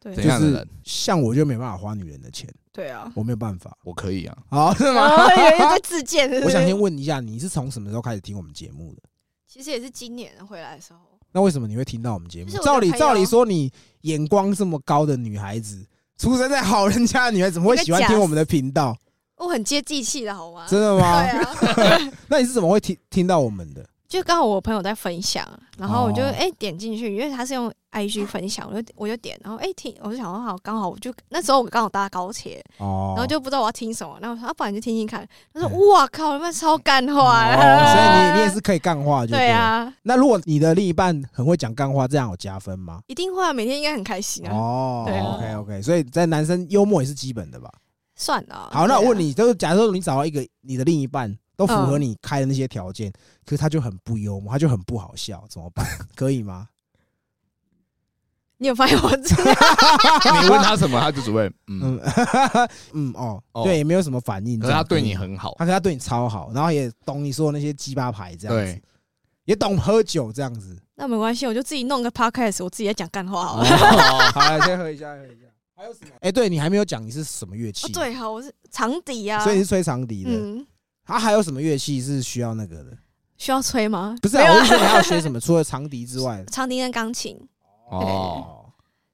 S3: 对
S2: 怎样的
S1: 就是
S2: 人？
S1: 像我就没办法花女人的钱，
S3: 对啊。
S1: 我没有办法。
S2: 我可
S1: <laughs>
S2: 以啊，
S3: <laughs>
S1: 好，是吗？
S3: 哦，有人在自荐，是不是
S1: 我想先问一下，你是从什么时候开始听我们节目的？
S3: 其实也是今年回来的时候，
S1: 那为什么你会听到我们节目
S3: 就是？我的
S1: 照理
S3: 朋友
S1: 照理说，你眼光这么高的女孩子，出生在好人家的女孩子，怎么会喜欢听我们的频道？
S3: 我哦很接地气的好吗？
S1: 真的
S3: 对
S1: 吗？
S3: 啊，
S1: 那你是怎么会听听到我们的？
S3: 就刚好我朋友在分享，然后我就
S1: 哦
S3: 哎、点进去，因为他是用
S1: <laughs>
S3: IG 分享，我就我就点，然后哎、听，我就想说好，刚好我就那时候我刚好搭高铁，
S1: 哦，
S3: 然后就不知道我要听什么，然后我说啊，不然你就听听看。他说
S1: 嗯
S3: 哇靠，他妈超干话、 <laughs>
S1: <laughs> 哦所以你你也是可以干话，就
S3: 对
S1: 了。
S3: 啊，
S1: 那如果你的另一半很会讲干话，这样有加分吗？
S3: 一定会啊，每天应该很开心啊，
S1: 哦
S3: 对啊
S1: ，OK OK，所以在男生幽默也是基本的吧？
S3: 算了。
S1: 好，那
S3: 对啊
S1: 我问，你，就是假设你找到一个你的另一半都符合你开的那些条件，可是他就很不幽默，他就很不好笑，怎么
S3: <laughs>
S1: 办？可以吗？
S3: 你有发现我这样？
S2: 你问他什么，他就只会
S1: 嗯
S2: 嗯，
S1: 嗯哦，
S2: 哦
S1: 对，也没有什么反应。
S2: 可是他
S1: 这样
S2: 对你，很好，
S1: 他可是他对你超好，然后也懂你说的那些鸡巴牌这样子
S2: 对，，
S1: 也懂喝酒这样子。
S3: <laughs> 那没关系，我就自己弄个 podcast，我自己在讲干
S1: 嗯
S3: 话
S1: 哦
S3: 好了。
S1: 好，来先喝一下，喝一下。还有什么？哎，对你还没有讲你是什么乐器
S3: 哦，，对哈，我是长笛啊，
S1: 所以你是吹长笛的。啊
S3: 嗯，
S1: 他还有什么乐器是需要那个的？
S3: 需要吹吗？
S1: 不是
S3: 没
S1: 啊，
S3: 有
S1: 我
S3: 啊
S1: 是说你还要学什么？除了长笛之外， <laughs>
S3: 长笛跟钢琴。
S2: 哦，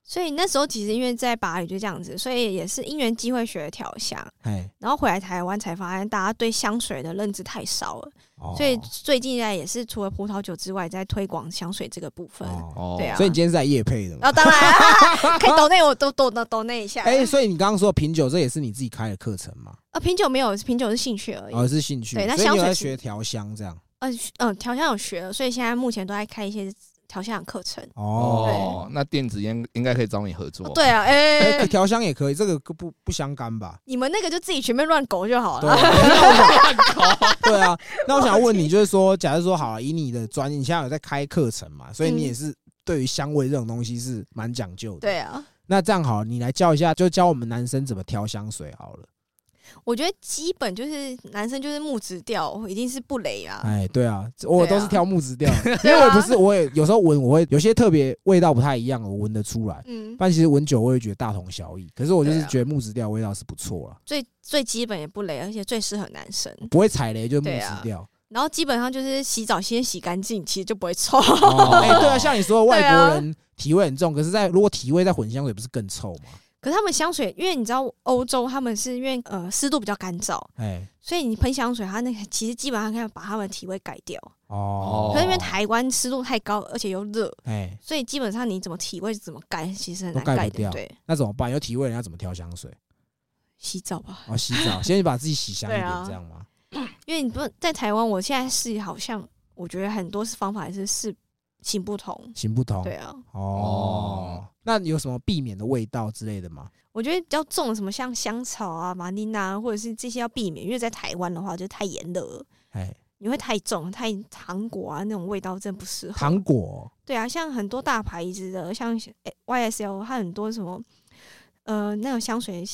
S3: 所以那时候其实因为在巴黎就这样子，所以也是因缘机会学了调香，
S1: 哎，
S3: 然后回来台湾才发现大家对香水的认知太少了，
S1: 哦
S3: 所以最近在也是除了葡萄酒之外，在推广香水这个部分。
S1: 哦， <laughs>
S2: 哦，
S3: 对啊哦
S1: 所以你今天是在夜配的嘛？
S3: 然后当
S1: <laughs>
S3: 然可以抖内我都抖抖抖内一下。
S1: 哎，所以你刚刚说品酒，这也是你自己开的课程嘛？
S3: 呃，品酒没有，品酒是兴趣而已。
S1: 哦，是兴趣，
S3: 对那
S1: 所以你有
S3: 香水
S1: 在
S3: 是
S1: 学调香这样。
S3: 嗯嗯，调香有学了，所以现在目前都在开一些调香的课程。
S1: 哦，
S2: 哦，那电子烟应该可以找你合作。
S3: 哦对啊，哎、
S1: 哎，调香也可以，这个不不相干
S3: <laughs>
S1: 吧？
S3: 你们那个就自己随便乱搞就好
S1: 对
S3: 了。
S1: 啊， <laughs> 那我
S2: <laughs>
S1: 想对啊，那我想问你，就是说，假如说好了，以你的专业，你现在有在开课程嘛？所以你
S3: 嗯
S1: 也是对于香味这种东西是蛮讲究的。
S3: 对，啊，
S1: 那这样好，你来教一下，就教我们男生怎么调香水好了。
S3: 我觉得基本就是男生就是木质调，一定是不雷啊。
S1: 哎，对啊，我
S3: 对啊
S1: 都是挑木质调，因
S3: <laughs> 对啊
S1: 为我不是，我也有时候闻，我会有些特别味道不太一样，我闻得出来。
S3: 嗯，
S1: 但其实闻久，我也觉得大同小异。可是我就是
S3: 对啊
S1: 觉得木质调味道是不错了，
S3: 最最基本也不雷，而且最适合男生。
S1: 不会踩雷，就是木
S3: 对
S1: 质
S3: 啊
S1: 调。
S3: 然后基本上就是洗澡先洗干净，其实就不会臭。
S1: 哦哎，对啊，像你说的外
S3: 对啊
S1: 国人体味很重，可是在如果体味再混香水，不是更臭吗？
S3: <laughs> 可是他们香水，因为你知道欧洲他们是因为呃湿度比较干燥，
S1: 哎，
S3: 所以你喷香水，它那个其实基本上可以把他们的体味改掉。
S1: 哦，
S3: 可是因为台湾湿度太高，而且又热，
S1: 哎，
S3: 所以基本上你怎么体味怎么改，其实很
S1: 都
S3: 难
S1: 盖不
S3: 改的。
S1: 掉
S3: 对，
S1: 那怎么办？有体味人要怎么调香水？
S3: 洗澡吧，
S1: 哦，洗
S3: <laughs>
S1: 澡，先把自己洗香一
S3: 对
S1: 点，
S3: 啊
S1: 这样吗？
S3: 因为你不在台湾，我现在是好像我觉得很多是方法还是是行不通。
S1: 行不通
S3: 对。啊，
S1: 哦，那你有什么避免的味道之类的吗？
S3: 我觉得比较重的什么像香草啊、马尼娜或者是这些要避免，因为在台湾的话就太炎热了，
S1: 哎，
S3: 你会太重，太糖果啊那种味道真的不适合。
S1: 糖果
S3: 对啊，像很多大牌子的，像哎诶 YSL，它很多什么呃那种香水，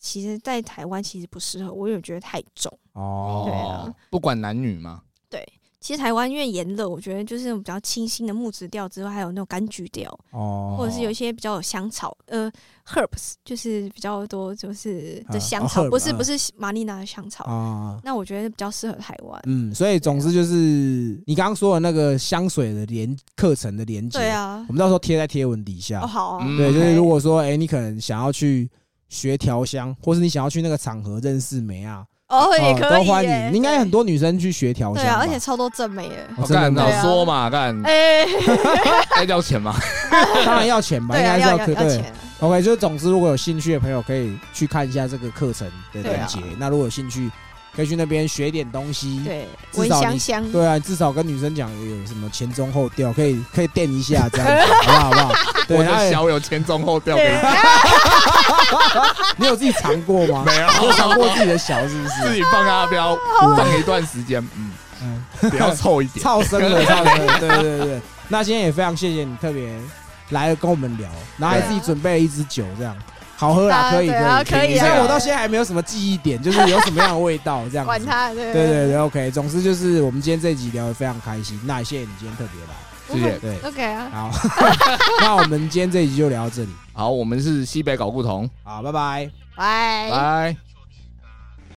S3: 其实在台湾其实不适合，我有觉得太重。
S1: 哦，
S3: 对啊
S2: 哦，不管男女嘛，
S3: 对，其实台湾因为炎热，我觉得就是那种比较清新的木质调之外，还有那种柑橘调，
S1: 哦，
S3: 或者是有一些比较有香草，呃，herbs 就是比较多就是
S1: 啊
S3: 的香
S1: 哦
S3: 草，
S1: herb，
S3: 不是
S1: 嗯
S3: 不是马尼娜的香草。
S1: 啊。
S3: 那我觉得比较适合台湾。
S1: 嗯，所以总之就是你刚刚说的那个香水的连课程的连接，
S3: 对，啊
S1: 我，们到时候贴在贴文底下
S3: 哦。好啊，
S2: 嗯
S1: 对，就是
S3: ，OK
S1: 如果说哎，你可能想要去学调香，或是你想要去那个场合认识梅啊，
S3: 哦也
S1: 哦
S3: 可以耶，
S1: 都欢迎。应该很
S3: 多
S1: 多女生去学调
S3: 对
S1: 香
S3: 啊，
S1: 吧，嗯
S3: 而且超多正妹耶。
S1: 哦
S2: 我
S1: 真的
S2: 干
S1: 吗
S2: 早
S3: 对啊
S2: 说嘛，干
S3: 哎，
S2: 该交钱嘛。
S1: <laughs> 当然要钱吧，
S3: <laughs> 对
S1: 应
S3: 啊，
S1: 该是
S3: 要
S1: 课
S3: 要要
S1: 对。
S3: 钱，
S1: OK，就是总之，如果有兴趣的朋友可以去看一下这个课程的
S3: 对
S1: 链
S3: 啊
S1: 接。那如果有兴趣，可以去那边学一点东西。
S3: 对，
S1: 嗯至
S3: 闻
S1: 少
S3: 香
S1: 你
S3: 香，
S1: 对啊，至少跟女生讲有什么前中后调，可以可以垫一下这样
S3: <laughs>
S1: 子，好不好？好不好？对，哎
S2: 我
S1: 然后
S2: 的
S1: 也
S2: 小有前中后调给
S3: 对啊
S2: 你，
S1: 你有自己尝过吗？<laughs>
S2: <laughs> 没有，
S1: 有尝过自己的小是不
S2: 自
S1: 是？
S2: 己放阿标
S1: <laughs> 好啊
S2: 放一段时间，嗯，
S1: 嗯，
S2: 比较
S1: <laughs>
S2: 臭一点。
S1: 超生的，超生的，对对对对。那今天也非常谢谢你特别来了跟我们聊，然后还
S3: 对啊
S1: 自己准备了一支酒，这样好喝啦，
S3: 啊
S1: 可以
S3: 对啊
S1: 可以
S3: 可以
S1: 虽
S3: 啊
S1: 然我到现在还没有什么记忆点，就是有什么样的味道这样子。
S3: 管他， <laughs> 对
S1: 对对对，OK。总之就是我们今天这一集聊得非常开心，那也谢谢你今天特别来。
S2: 谢谢。
S1: 对，
S3: <laughs> ，OK 啊，
S1: 好， <laughs> 那我们今天这一集就聊到这里，
S2: 好，我们是西北搞不同，
S1: 好，拜拜。
S3: 拜。
S2: 拜。